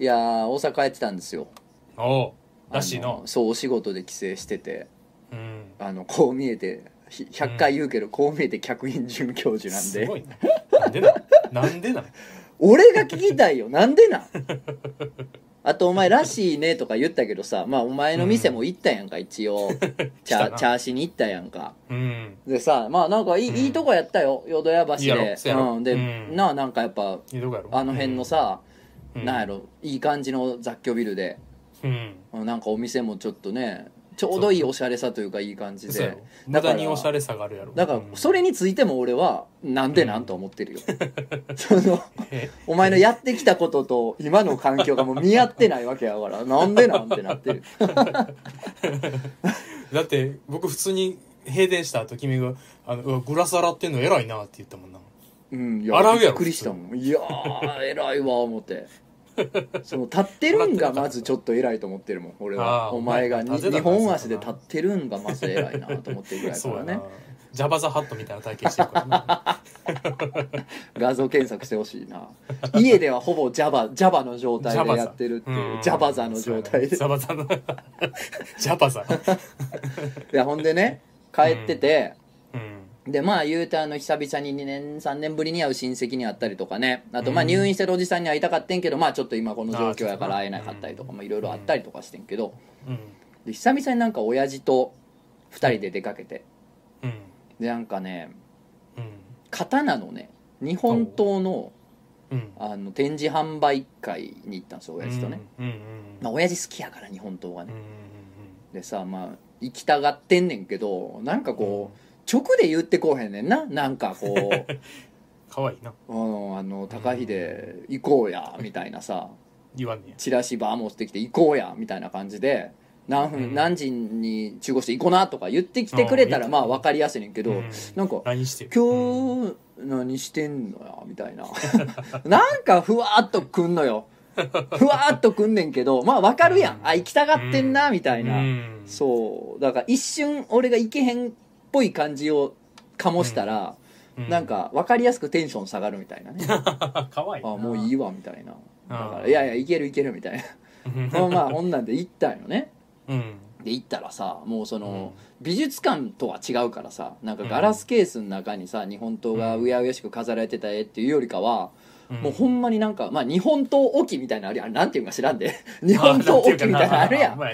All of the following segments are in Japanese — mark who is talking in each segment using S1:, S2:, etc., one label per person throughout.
S1: いやー大阪帰ってたんですよ
S2: おう
S1: あの
S2: らしいの
S1: そうお仕事で帰省してて
S2: うん
S1: あのこう見えてひ100回言うけど、こう見えて客員准教授なん
S2: す
S1: で
S2: ごいななんでなんなんでなん
S1: 俺が聞きたいよなんでなんあとお前「らしいね」とか言ったけどさまあお前の店も行ったやんか一応 チ
S2: した
S1: ャ
S2: な
S1: チャーシーに行ったやんか
S2: うん
S1: でさまあなんかいい,、
S2: うん
S1: いいとこやったよ淀屋橋
S2: いいや
S1: で
S2: ろそうやろ
S1: うん、で、
S2: うん
S1: なあなんかやっぱ
S2: いいとこやろ
S1: あの辺のさ、
S2: うん
S1: なんやろいい感じの雑居ビルで
S2: うん
S1: うんなんかお店もちょっとねちょうどいいおしゃれさというかいい感じ
S2: そうや
S1: で
S2: ろ
S1: だか
S2: 無
S1: ら
S2: 駄におしゃれさがあるやろ
S1: だからそれについても俺はなんでなんとは思ってるよ、 その
S2: え
S1: お前のやってきたことと今の環境がもう見合ってないわけやからなんでなんてなってる
S2: だって僕普通に閉店した後君があのうわグラス洗ってんの偉いなって言ったもんな
S1: うんい
S2: 洗うやろ
S1: びっくりしたもんいやー偉いわ思ってその立ってるんがまずちょっと偉いと思ってるもん俺
S2: あ
S1: は
S2: ー
S1: お前が
S2: お前
S1: に
S2: 立てた
S1: 日
S2: んだ
S1: 本足で立ってるんがまず偉いなと思ってるぐらいだ
S2: そ
S1: か
S2: う
S1: ら
S2: やな
S1: ね
S2: ジャバザハットみたいな体験してるか らな
S1: 画像検索してほしいな家ではほぼ Java, Java の状態でやってるっていう Java ザの状態で
S2: ジャバザの ジャバザ
S1: いやほんでね帰ってて、
S2: うん
S1: でまあ言うてあの久々に2年3年ぶりに会う親戚に会ったりとかねあとまあ
S2: うん
S1: 入院してるおじさんに会いたかってんけどまあちょっと今この状況やから
S2: あー
S1: 会えなかったりとかまあいろいろあったりとかしてんけど
S2: うん
S1: で久々になんか親父と2人で出かけて
S2: うん
S1: でなんかね
S2: うん
S1: 刀のね日本刀の
S2: うん
S1: あの展示販売会に行ったんですよ親父とね、
S2: うんうんうん
S1: まあ親父好きやから日本刀が
S2: うんう
S1: ね
S2: ん
S1: でさまあ行きたがってんねんけどなんか
S2: うんうん
S1: こう直で言ってこうへんねんななんかこう
S2: 可愛いな
S1: うん、あの高秀行こうやみたいなさ
S2: 言わんね
S1: チラシバー持ってきて行こうやみたいな感じで何分、
S2: うん
S1: 何時に中古して行こうなとか言ってきてくれたら
S2: あー
S1: まあ分かりやすいねんけ
S2: や
S1: ど、
S2: うん
S1: なんか
S2: LINE して
S1: 「
S2: る
S1: 今日何してんのや」みた いななんかふわっとくんのよふわっとくんねんけどまあ分かるやんあ行きたがってんなみたいな、
S2: うん
S1: そうだから一瞬俺が行けへんっぽい感じを醸したら、
S2: うん
S1: なんか分かりやすくテンション下がるみたい なね
S2: 可愛い
S1: あもういいわみたいなだ
S2: あ
S1: からいやいやいけるいけるみたい なまあまあほんなんで行ったんよね
S2: うん
S1: で行ったらさもうその、美術館とは違うからさなんかガラスケースの中にさ日本刀がうやうやしく飾られてた絵っていうよりかは、もうほんまになんか、まあ、日本刀置きみたいなのあるやんあれなんていうか知らん で日本刀置きみたいなのあるやん
S2: あ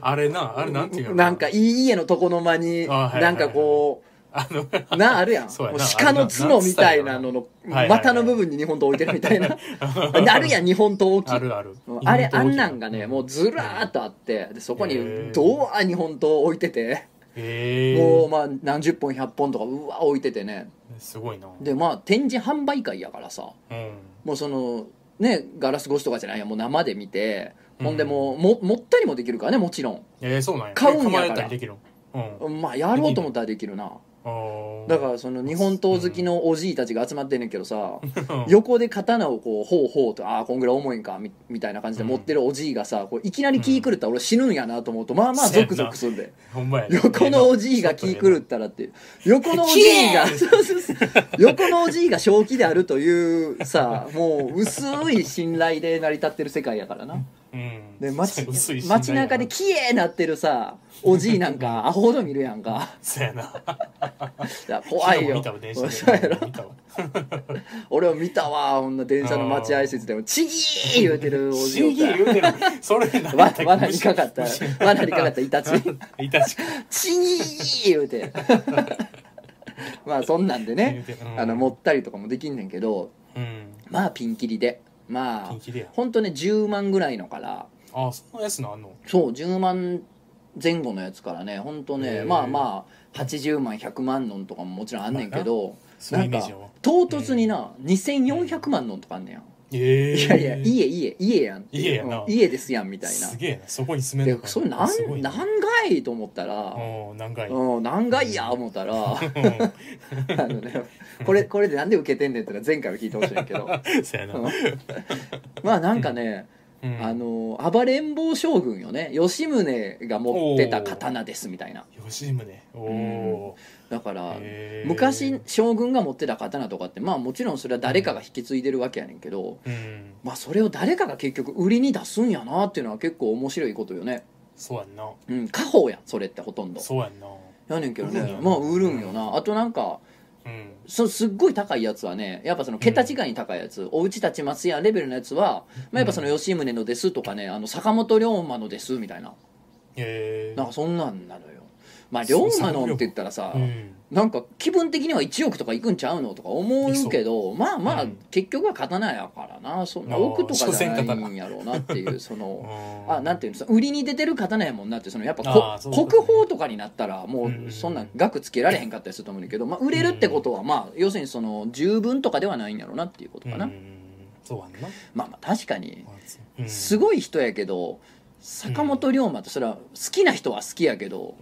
S2: あれな あれなんていうの
S1: なんかいい家の床の間に
S2: あはいはいはい
S1: なんかこ
S2: あの
S1: うなあるやん
S2: そうや
S1: も
S2: な
S1: う鹿の角みたいなのの
S2: なんつったんやろなはいはいはい
S1: 股の部分に日本刀置いてるみたいな あるやん日本刀置き
S2: あるある
S1: うんあれあんなんがねもうずらーっとあってでそこ
S2: へ
S1: に
S2: ー
S1: どうあ日本刀置いてて
S2: へ
S1: もう
S2: え
S1: まあ何十本100本とかうわ置いててね
S2: すごいな
S1: でまあ展示販売会やからさ
S2: うん
S1: もうそのねガラス越しとかじゃないやんもう生で見て
S2: うん
S1: ほんでもうも持ったりもできるからねもちろん
S2: えーそうなんや
S1: 買うんやから
S2: え構えたりできるのうん
S1: まあやろうと思ったらできるな
S2: あー
S1: だからその日本刀好きのおじいたちが集まってんねんけどさ
S2: うん
S1: 横で刀をこうほうほうとああこんぐらい重いんかみみたいな感じで持ってるおじいがさこういきなり気狂ったら俺死ぬんやなと思うとまあまあゾクゾクするん で
S2: ほんまやね
S1: 横のおじいが気狂ったらっていう横のおじ いがそうそうそう横のおじいが正気であるというさもう薄い信頼で成り立ってる世界やからな
S2: うん
S1: で街
S2: 薄い信頼やな
S1: 街中できれいなってるさおじいなん かアホほど見るやんか
S2: そうやな
S1: だから怖い
S2: 昨日
S1: よ
S2: も見たわ 電
S1: そう
S2: 車
S1: や
S2: で
S1: ろ
S2: 見たわ
S1: 俺を見たわこんな電車の待合室でも「ちぎー!」言うてるおじ
S2: 審
S1: い
S2: 議
S1: が
S2: 言うてるそれ何だ
S1: わ
S2: っけ
S1: 罠にかかった
S2: 虫
S1: 罠にかかったイタチ
S2: いたしか
S1: 「ちぎー!」言うて まあそんなんでねあの持ったりとかもできんねんけど
S2: うん
S1: まあピンキリでま
S2: ピ
S1: あ
S2: ンキリや
S1: ほんとね10万ぐらいのから
S2: あーそんなやつなんの
S1: そう10万前後のやつからねほんと
S2: へ
S1: ね
S2: ー
S1: まあまあ80万100万のんとかももちろんあんねんけど
S2: そう
S1: ない
S2: うんイメ
S1: か
S2: ージやわ
S1: 唐突にな2400万のんとかあんねや
S2: ええ
S1: いやいや家家家やんっていう
S2: 家やな
S1: うん家ですやんみたいな
S2: すげえなそこに住め
S1: で
S2: るのか
S1: それ何
S2: すごいな
S1: 何階と思ったら
S2: おー何回
S1: うん何階や思ったら あ
S2: う
S1: のねこれ これでなんで受けてんねんってのは前回は聞いてほしいんやけど
S2: んそうやな
S1: うんまあなんかね
S2: うん
S1: あの暴れん坊将軍よね吉宗が持ってた刀ですみたいな
S2: 吉宗おお
S1: だから
S2: ー
S1: 昔将軍が持ってた刀とかってまあもちろんそれは誰かが引き継いでるわけやねんけど、
S2: うん
S1: まあそれを誰かが結局売りに出すんやなっていうのは結構面白いことよね
S2: そうやんな
S1: うん家宝やんそれってほとんど
S2: そうやんな
S1: やねんけど
S2: 売るん
S1: ね
S2: や
S1: まあ売るんよなあとなんか
S2: うん
S1: そすっごい高いやつはねやっぱその桁違いに高いやつ、お家立ちますやんレベルのやつは、まあ、やっぱその吉宗のですとかねあの坂本龍馬のですみたいな
S2: ええ
S1: なんかそんなんなのよまあ龍馬のって言ったらさ、
S2: うん
S1: なんか気分的には1億とかいくんちゃうのとか思うけどまあまあ、
S2: うん
S1: 結局は刀やからなそんな
S2: あー
S1: 億とかじゃないんやろうなって いうその
S2: あ
S1: あなんていうのその売りに出てる刀やもんなってそのやっぱ
S2: あーそう
S1: こ
S2: いうことね
S1: 国宝とかになったらも
S2: うん
S1: うそんな額つけられへんかったりすると思うんだけど、まあ、売れるってことはまあ要するにその十分とかではないんやろうなっていうことかな、
S2: うんそうやんな
S1: まあまあ確かに
S2: うん
S1: すごい人やけど坂本龍馬ってそれは好きな人は好きやけど、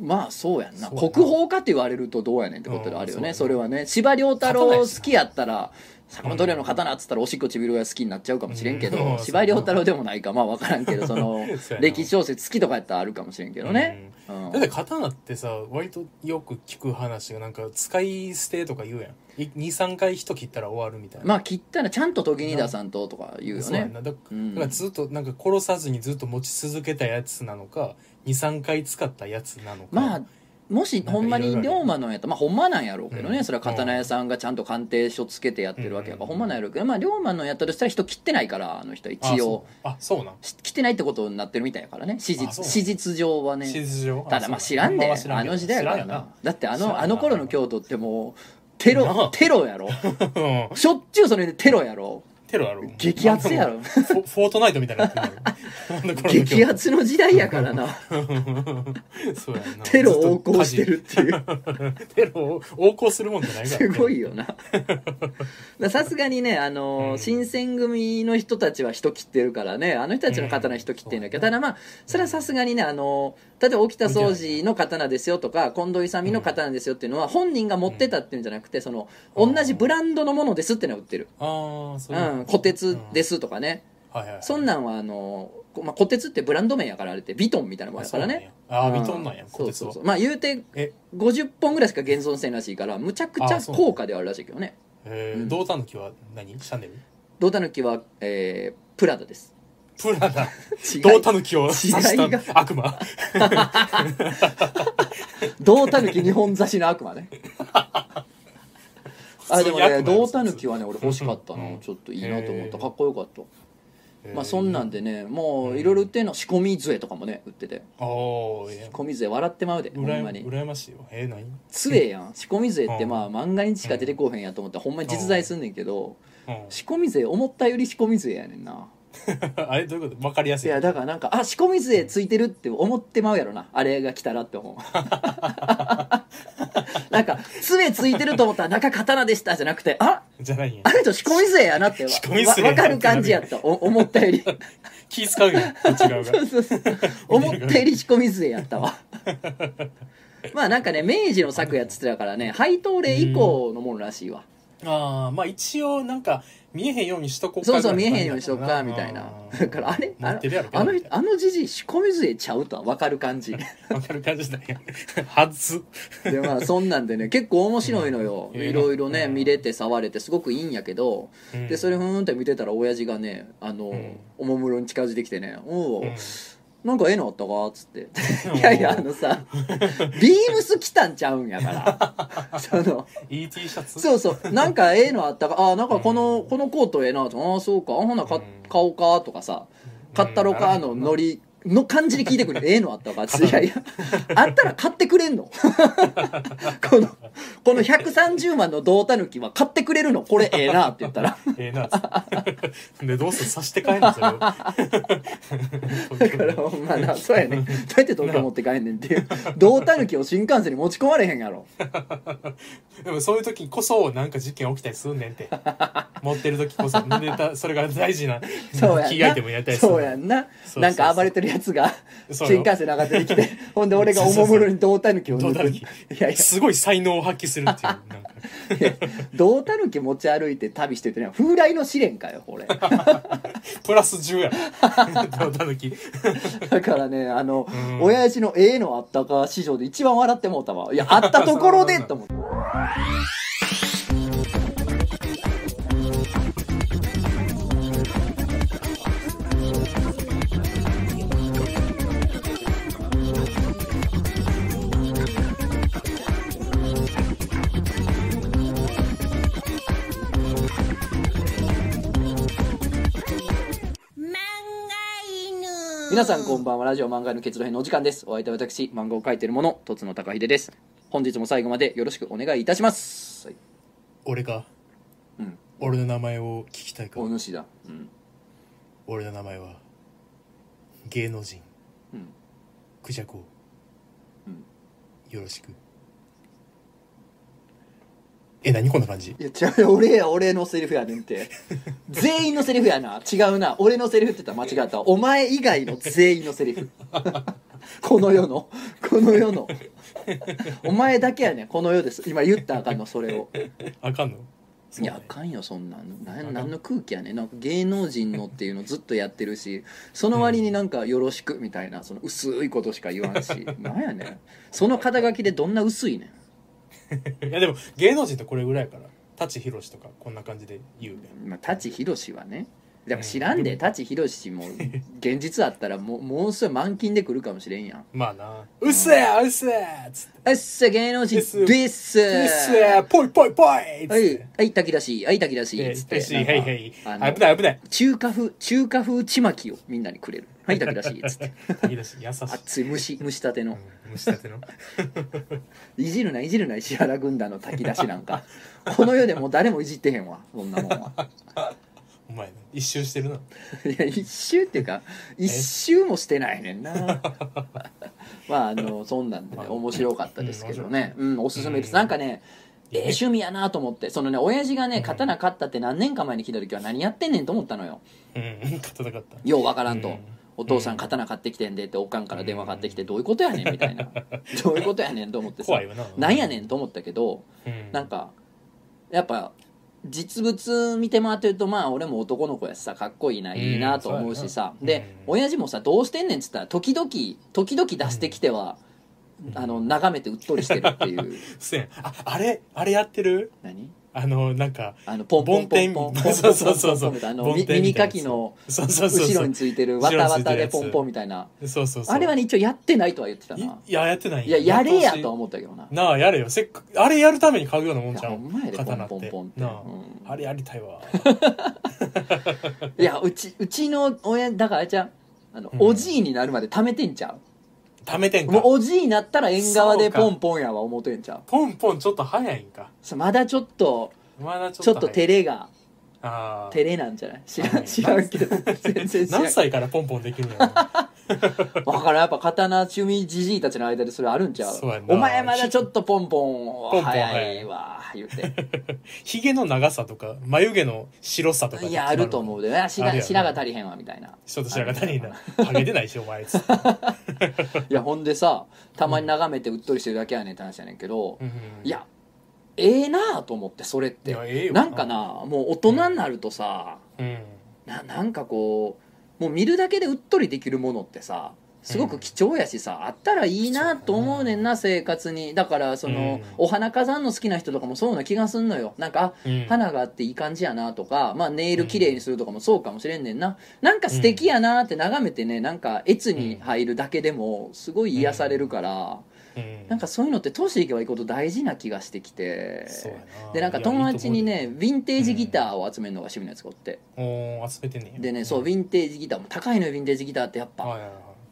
S1: まあそうやんな
S2: そうや
S1: 国
S2: な
S1: 宝かって言われるとどうやねんってことであるよ
S2: う
S1: ね
S2: ん
S1: そ
S2: そうや
S1: れ
S2: な
S1: はね司馬遼太郎
S2: 刀や
S1: 好
S2: しな
S1: きやったら坂本龍の刀っつったらおしっこちびるが好きになっちゃうかもしれんけ
S2: うん
S1: ど司馬遼太郎でもないかまあ分からんけどそ の
S2: そうやな
S1: 歴史小説好きとかやったらあるかもしれんけどね、うん
S2: だって刀ってさ割とよく聞く話がなんか使い捨てとか言うやん23回人切ったら終わるみたいな
S1: まあ切ったらちゃんと時に出さんととか言うよ
S2: そうやん
S1: ね
S2: なだ
S1: うん
S2: だからずっとなんか殺さずにずっと持ち続けたやつなのか23回使ったやつなのか
S1: まあもし
S2: なんか
S1: ほんまに
S2: いろい
S1: 龍
S2: ろある
S1: 馬のやったらまあほんまなんやろうけどね、
S2: うん
S1: それは刀屋さんがちゃんと鑑定書つけてやってるわけやから、
S2: うん
S1: ほんまなんやろうけどまあ龍馬のやったとしたら人切ってないからあの人は
S2: あ
S1: 一応。
S2: そうあそうなん
S1: し来てないってことになってるみたいやからね史
S2: あそ
S1: 実
S2: う
S1: 史実上は
S2: 地
S1: ね
S2: 図上
S1: ただまあ知らんで、
S2: ほまは知ら
S1: あ
S2: んけど
S1: の時代やから
S2: 知らんよ
S1: なだってあ
S2: 知らんよ
S1: の
S2: な
S1: あの頃の京都ってもうテ
S2: な
S1: ロ
S2: あ
S1: テロやろ
S2: うん
S1: しょっちゅうそれでテロや ろ
S2: テロやろ
S1: 激アツや
S2: あん
S1: ろ
S2: なもんフォフォートナイトみたいに なってるあの頃の京都
S1: 激アツの時代やからな
S2: そうやんな
S1: テロ横行してるって いう
S2: テロを横行するもんじゃないからね、
S1: すごいよ なだからさすがにねあのー
S2: うん
S1: 新選組の人たちは人切ってるからねあの人たちの刀人切ってんだけど、
S2: う
S1: た
S2: ん
S1: だまあそれはさすがにねあのー例えば沖田総司の刀ですよとか近藤勇の刀ですよっていうのは本人が持ってたっていうんじゃなくてその同
S2: うん
S1: じブランドのものですってのは売ってる、
S2: ああ
S1: う
S2: そういうこと
S1: ん、虎鉄ですとかね、
S2: うんはいはいはい
S1: そんなんはあのーこまあ、虎鉄ってブランド名やからあれってビトンみたいなもん
S2: あ
S1: や
S2: そ
S1: か
S2: うな
S1: ら
S2: んや
S1: ね
S2: ああ
S1: うん
S2: 見とんなんやこてつ
S1: そう
S2: は
S1: そうそうまあ言うて
S2: え
S1: 50本ぐらいしか現存せんらしいからむちゃくちゃ
S2: あそう
S1: 高価ではあるらしいけどね
S2: え
S1: う
S2: ー
S1: ん
S2: 胴短の木は何シャ ネル
S1: ドタヌキは、えー、プラダです。
S2: プラダ
S1: 違う
S2: 胴短の木を刺
S1: 違いが
S2: した悪魔
S1: ドタヌキ日本刺しの悪 魔ね。あ、でもね、ドタヌキはね、俺欲しかった
S2: う
S1: な。
S2: ん
S1: ちょっといいなと思った。
S2: へー
S1: かっこよかった。 まあそんなん
S2: で
S1: でね、もういろいろ売ってんの、仕込み杖とかもね、売ってて。
S2: ああいや
S1: 仕込み杖笑ってまうで、ほ
S2: うら
S1: ん
S2: や
S1: ま
S2: ま
S1: に。
S2: 羨ましいよえー、何
S1: 杖やん。仕込み杖って
S2: うん
S1: まあ漫画にしか出てこうへんやと思ったらほんまに実在すんねんけど、
S2: うん
S1: 仕込み杖思ったより仕込み杖やねんな。
S2: あれどういうことわかりやす
S1: い
S2: い
S1: やだからなんか、あ、仕込み杖ついてるって思ってまうやろな。あれが来たらって思う。 なんか、杖ついてると思ったら中刀でしたじゃなくて、あ
S2: じゃないんや
S1: あれと仕込み杖やなってわ、
S2: 仕込み杖や
S1: わわかる感じやった。お思った より。
S2: 気使うよこっち側が
S1: そうそうそう思ったより仕込み杖やった わ。まあなんかね、明治の作やっつってたからね、配当例以降のものらしいわ。
S2: ああまあ一応なんか見えへんようにしとこうか
S1: そうそう、
S2: ぐ
S1: 見え
S2: らいの
S1: へんようにしとくか、みたいな。だからあれ
S2: 持
S1: あ
S2: ってるやろ
S1: の、あの
S2: みたい、な
S1: あのじじい仕込み杖ちゃうとはわかる感じ。
S2: わかる感じだよはず
S1: でまあそんなんでね結構面白いのよ、
S2: うん
S1: いろいろね、
S2: うん
S1: 見れて触れてすごくいいんやけど、
S2: うん
S1: でそれふーんって見てたら親父がねあの、
S2: うん
S1: おもむろに近づいてきてね「おお、
S2: うん
S1: なんかええのあったか?」っつって「
S2: うん
S1: いやいやあの さビームス来たんちゃうんやから」その
S2: ET シャツ
S1: そうそうなんかええのあったかあなんかこの、このコートええなとああそうかあほなか
S2: うん
S1: 買おうかとかさ買ったろかのノリの感じで聞いてくるええのあ ったかっていやいやあったら買ってくれ んのこのこの130万の胴たぬきは買ってくれるのこれええなって言ったら
S2: ええなつってでどうする刺して帰るのそれを
S1: だからほんまなそうやねんどうやって東京持って帰んねんっていう胴たぬきを新幹線に持ち込まれへんやろ
S2: でもそういう時こそなんか事件起きたりすんねんって持ってる時こそネタそれが大事な
S1: そうやんな
S2: キーアイテムになったりする
S1: そうやんな
S2: そうそうそう
S1: なんか暴れてるやつが
S2: そうよ
S1: 新幹線の中出てきて ほんで俺がおもむろに胴体抜きを
S2: 胴
S1: 抜く
S2: 体抜
S1: い
S2: き
S1: やいや
S2: すごい才能を発揮するっていうなんか
S1: 胴たぬき持ち歩いて旅してるってのは風来の試練かよ 俺
S2: プラス10や ろたぬき
S1: だからねあの、
S2: うん
S1: 親父のええのあったか史上で一番笑ってもうたわいやあったところで
S2: そう
S1: と思って
S3: 漫画犬
S1: 皆さんこんばんはラジオ漫画の結論編のお時間ですお相手は私漫画を描いてる者とつのたかひでです本日も最後までよろしくお願いいたします、はい、
S2: 俺か
S1: うん
S2: 俺の名前を聞きたいか
S1: お主だうん
S2: 俺の名前は芸能人
S1: うん
S2: クジャコ
S1: うん
S2: よろしくえ何こんな感じ
S1: いや違うよ俺や俺のセリフやねんって 全員のセリフやな違うな俺のセリフって言ったら間違ったわお前以外の全員のセリ フこの世のこの世のお前だけやねんこの世です今言ったらあかんのそれを
S2: あかんの
S1: いやあかんよそんなんな
S2: あか
S1: ん
S2: ん
S1: 何の空気やねんなんか芸能人のっていうのずっとやってるしその割になんか「よろしく」みたいなその薄いことしか言わんしなんやねんその肩書きでどんな薄いねん
S2: いやでも芸能人ってこれぐらいやから舘ひろしとかこんな感じで言うね
S1: まあ、舘ひろしはねだから知らんで舘ひろしも現実あったらもうもうすぐ満勤で来るかもしれんやん
S2: まあな「うっせえうっせえ!」っつっ
S1: 「
S2: て
S1: あっさ芸能人です」
S2: 「うっせえぽいぽいぽい!」っつ
S1: は
S2: っ
S1: い
S2: て。
S1: はい炊き出しはい炊き出し」
S2: で
S1: つっ
S2: で
S1: て
S2: し
S1: なん
S2: へい
S1: か
S2: へい
S1: あの
S2: 危ない危ない
S1: 中華風中華風ちまきをみんなにくれる「はい炊き出し」つ って
S2: 炊き 出し優しい
S1: 熱い蒸し蒸したての
S2: うん蒸したての
S1: いじるないじるな石原軍団の炊き出しなんかこの世でもう誰もいじってへんわそんなもんは
S2: お前一周してるない
S1: や一周っていうか一周もしてないねん なまああのそんなんでね面白かったですけどねうんおすすめです
S2: うん
S1: なんかねええ
S2: いいね
S1: 趣味やなと思ってそのね親父がね
S2: うん
S1: 刀買ったって何年か前に聞いた時は何やってんねんと思ったのよ
S2: うん勝たなかった
S1: ようわからんと、
S2: うん
S1: お父さん刀買ってきてんでっておかんから電話買ってきてどういうことやねんみた いなどういうことやねんと思ってさ
S2: 怖いよな
S1: なんやねんと思ったけど
S2: うん
S1: なんかやっぱ実物見て回ってるとまあ俺も男の子やしさかっこいいな
S2: うん
S1: いいなと思うしさ、
S2: そうやな
S1: で、
S2: うん
S1: 親父もさ「どうしてんねん」っつったら時々時々出してきては、
S2: うん
S1: あの眺めてうっとりしてるっていう
S2: せんああれあれやってる
S1: 何
S2: あのなんか
S1: あのポンポンポンポンポンポンポンポン
S2: そうそうそうそう
S1: ポンポンポンみたいなあの
S2: 梵
S1: み
S2: 天み
S1: 耳か
S2: たいなやつ
S1: きの
S2: そうそうそう
S1: 後
S2: そ
S1: ろに
S2: う
S1: ついてるわ
S2: 後
S1: た
S2: ろにつ
S1: わ
S2: いて
S1: た
S2: る
S1: で
S2: やつ
S1: ポンポンみたいな
S2: そうそうそう
S1: あれはね一応やってないとは言ってたな
S2: い
S1: い
S2: ややってない
S1: いややれやとは思ったけどな
S2: なあやれよせっかあれやるために買うようなも
S1: い
S2: ん
S1: や
S2: じゃ
S1: ほ
S2: ん
S1: んまやでポ
S2: 刀
S1: ン
S2: っ
S1: ポン
S2: て
S1: ポンって、
S2: なあ
S1: うん
S2: あれやりたいわ
S1: いやうちうちの親だからあれちゃんあの、
S2: うん
S1: おじいになるまで貯めてんちゃ
S2: 貯めて
S1: うんも
S2: か
S1: うおじいになったら縁側で
S2: そうか
S1: ポンポンやわ思うてんちゃう
S2: ポンポンちょっと早いんか
S1: そうまだちょっと
S2: まだち
S1: ちょ
S2: ょっ
S1: っと
S2: と
S1: 照
S2: レ
S1: れが
S2: ああ
S1: 照れなんじゃない知ら
S2: は
S1: ん
S2: い
S1: 知らんけど全然知らん
S2: 何歳からポンポン できるんやろ
S1: わからんやっぱ刀趣味じじいたちの間でそれあるんちゃう
S2: そうやな
S1: お前まだちょっとポンポ
S2: ポンポ
S1: ン
S2: ン
S1: 早いわ言うて
S2: ひげの長さとか眉毛の白さとか
S1: いやあると思うでな
S2: ある
S1: 白
S2: やろ
S1: 白が足りへんわみた いな
S2: ちょっと白髪になハゲてないし お前つって
S1: いやほんでさたまに眺めてうっとりしてるだけやねんって話やねんけど、
S2: うん
S1: いやええなあと思ってそれっ
S2: い
S1: て
S2: やええよ
S1: なんかなもう大人になるとさ、
S2: うん
S1: ななんかこうもう見るだけでうっとりできるものってさすごく貴重やしさ、あったらいいなと思うねんな生活にだからその、
S2: うん
S1: お花飾るの好きな人とかもそうな気がすんのよなんか、あ
S2: うん
S1: 花があっていい感じやなとか、まあ、ネイル綺麗にするとかもそうかもしれんねんななんか素敵やなって眺めてねなんかエツに入るだけでもすごい癒されるから、
S2: うん
S1: なんかそういうのって通していけばいいこと大事な気がしてきて
S2: そうやな
S1: でなんか
S2: いやいいと
S1: 友
S2: 思う
S1: 達にねヴィンテージギターを集めるのが趣味のやつがおって
S2: おー集めてんねや
S1: でねそうヴ
S2: ン
S1: ィンテージギターも高いのよヴィンテージギターってやっぱ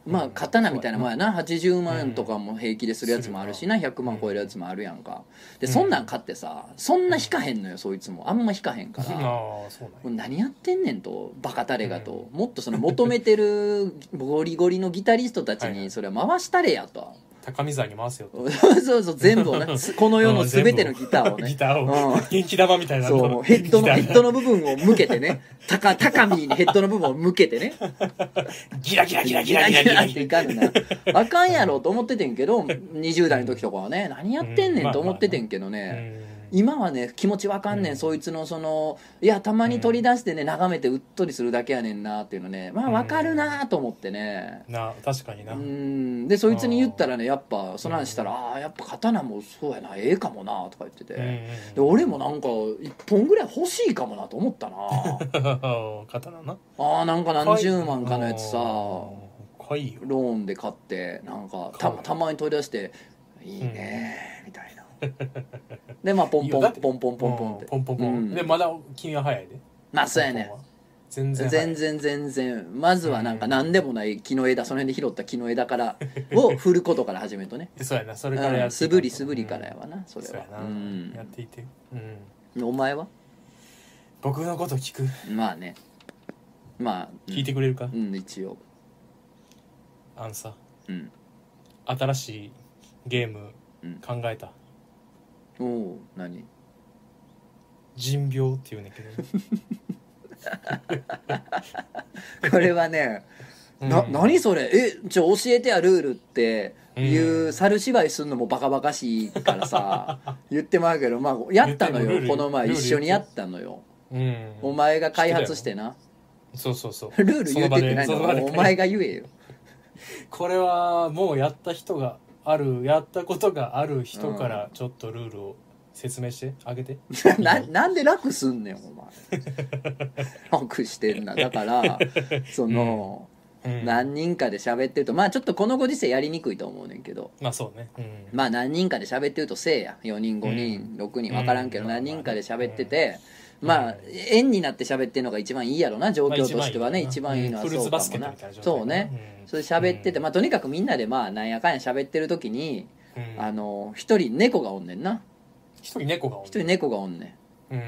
S1: まあ刀みたいなもんやな80万とかも平気でするやつもあるしな100万超えるやつもあるやんかで
S2: うん
S1: そんなん買ってさそんな弾かへんのよそいつもあんま弾かへんか
S2: あ
S1: ら。
S2: あーそう
S1: もう何やってんねんとバカタレがと、もっとその求めてるゴリゴリのギタリストたち
S2: はいは
S1: に
S2: い
S1: それは回したれやと
S2: 高見沢に回せよと
S1: そうそう全部をねすこの世の全てのギターをね
S2: ギター
S1: う
S2: を
S1: ん
S2: 元気玉みたいなの
S1: そうもうヘッドの
S2: ギタ
S1: ヘ
S2: ー
S1: ッドの部分を向けてね高高みにヘッドの部分を向けてね
S2: ギラギラギラギラギラギラ
S1: っ
S2: ギ
S1: て
S2: ラ
S1: いかんねんなあかんやろと思っててんけど20代の時とかはね何やってんねんと思っててんけどね、今はね気持ちわかんねん、
S2: うん
S1: そいつのそのいやたまに取り出してね眺めてうっとりするだけやねんなっていうのねまあ
S2: うん
S1: わかるなと思ってね
S2: うんな確かに
S1: う
S2: な、
S1: んでそいつに言ったらねやっぱその話したら「ああやっぱ刀もそうやなええかもな」とか言ってて、
S2: うん
S1: で俺もなんか1本ぐらい欲しいかもなと思ったな
S2: 刀な
S1: あーなんか何十万かのやつさロ
S2: うんかわいいよ
S1: ーンで買ってなんかた
S2: 買う
S1: たまに取り出して「いいね」みたいなでまあポンポ
S2: いやだ
S1: ン
S2: って
S1: ポンポンポンポンって
S2: うんポンポンポン、
S1: うん
S2: でまだ君は早いで
S1: まあそうやねん
S2: ポンポンは全然早い
S1: 全然全然まずはなんか何でもない木の枝その辺で拾った木の枝 からを振ることから始めるとね
S2: そうやなそれからや
S1: う
S2: っ
S1: ん
S2: て
S1: 素振り素振りからや
S2: わ
S1: わなそれ
S2: そうやな、
S1: はう
S2: やっ
S1: ん
S2: ていてうん
S1: お前は
S2: 僕のこと聞く
S1: まあねまあうん
S2: 聞いてくれるか、
S1: うん一応
S2: あのさ
S1: うん
S2: 新しいゲーム
S1: うん
S2: 考えた、
S1: おおう何
S2: 人病っていうねんけど、
S1: これはね な
S2: うん
S1: 何それえちょ教えてやルールっていううん猿芝居すんのもバカバカしいから さ言ってまうけどまあやったの
S2: 言ってもルー
S1: よ
S2: ル
S1: この前
S2: ルール
S1: 一緒にやったのよ
S2: うん
S1: お前が開発してな
S2: そうそうそう
S1: ルール言うてってない
S2: そ
S1: の
S2: の場でその場で
S1: お前が言え よ
S2: これはもうやった人があるやったことがある人からちょっとルールを説明してあげて
S1: ななんで楽すんねんお 前楽してんなだからその、
S2: うん
S1: 何人かで喋ってるとまあちょっとこのご時世やりにくいと思うねんけど
S2: まあそうねうん
S1: まあ何人かで喋ってるとせいや4人5人、6人分からんけど、
S2: うん
S1: 何人かで喋ってて、
S2: うん
S1: まあ円になって喋ってるのが一番いいやろな状
S2: まあ
S1: 況としてはね、一番いいのは
S2: フ
S1: そ
S2: ルーツ
S1: う
S2: バ
S1: か
S2: スケ
S1: も
S2: ッ
S1: な
S2: トみたいな状態
S1: そうね、それ喋ってて、
S2: うん
S1: まあとにかくみんなでまあなんやかんや喋ってる時に、
S2: うん
S1: あの一人猫がおんねんな
S2: 一人猫がおる
S1: 一人猫がおんねん
S2: うん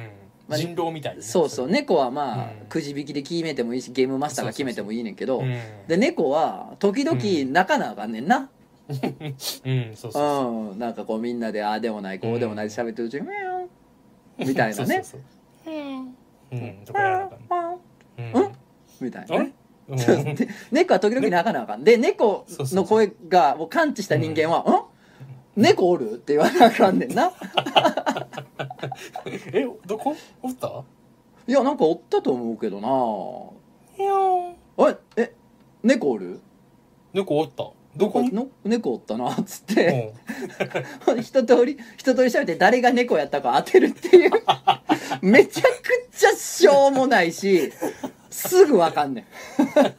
S1: まあ
S2: 人狼みたいなね
S1: そうそう猫はまあ、
S2: うん
S1: くじ引きで決めてもいいしゲームマスターが決めてもいいねんけど
S2: うん
S1: で猫は時々仲なあかんねんな、
S2: うんそう
S1: う
S2: そうそうん
S1: なんかこうみんなでああでもないこうでもないで喋ってるうちに「ミャーン」みたい
S2: そ
S1: な
S2: うそう
S1: ね
S2: そう
S3: うん
S2: うん
S1: 「
S2: と
S1: ミ
S2: かやらな
S1: ャ
S2: あか
S1: ーンミ
S2: ん
S1: ャーン
S2: うん
S1: うんみたい
S2: あ
S1: な
S2: れ
S1: ね
S2: うん
S1: で猫は時々仲なあかんで猫の声がもう感知した人間は「ん猫おる?」って言わなあかんねん な
S2: えどこおった
S1: いやなんかおったと思うけどなあええ猫おる
S2: 猫おったどこに
S1: の猫おったなっつっ
S2: う
S1: て
S2: ん
S1: 一通り一通り喋って誰が猫やったか当てるっていう めちゃくちゃしょうもないしすぐわかんねん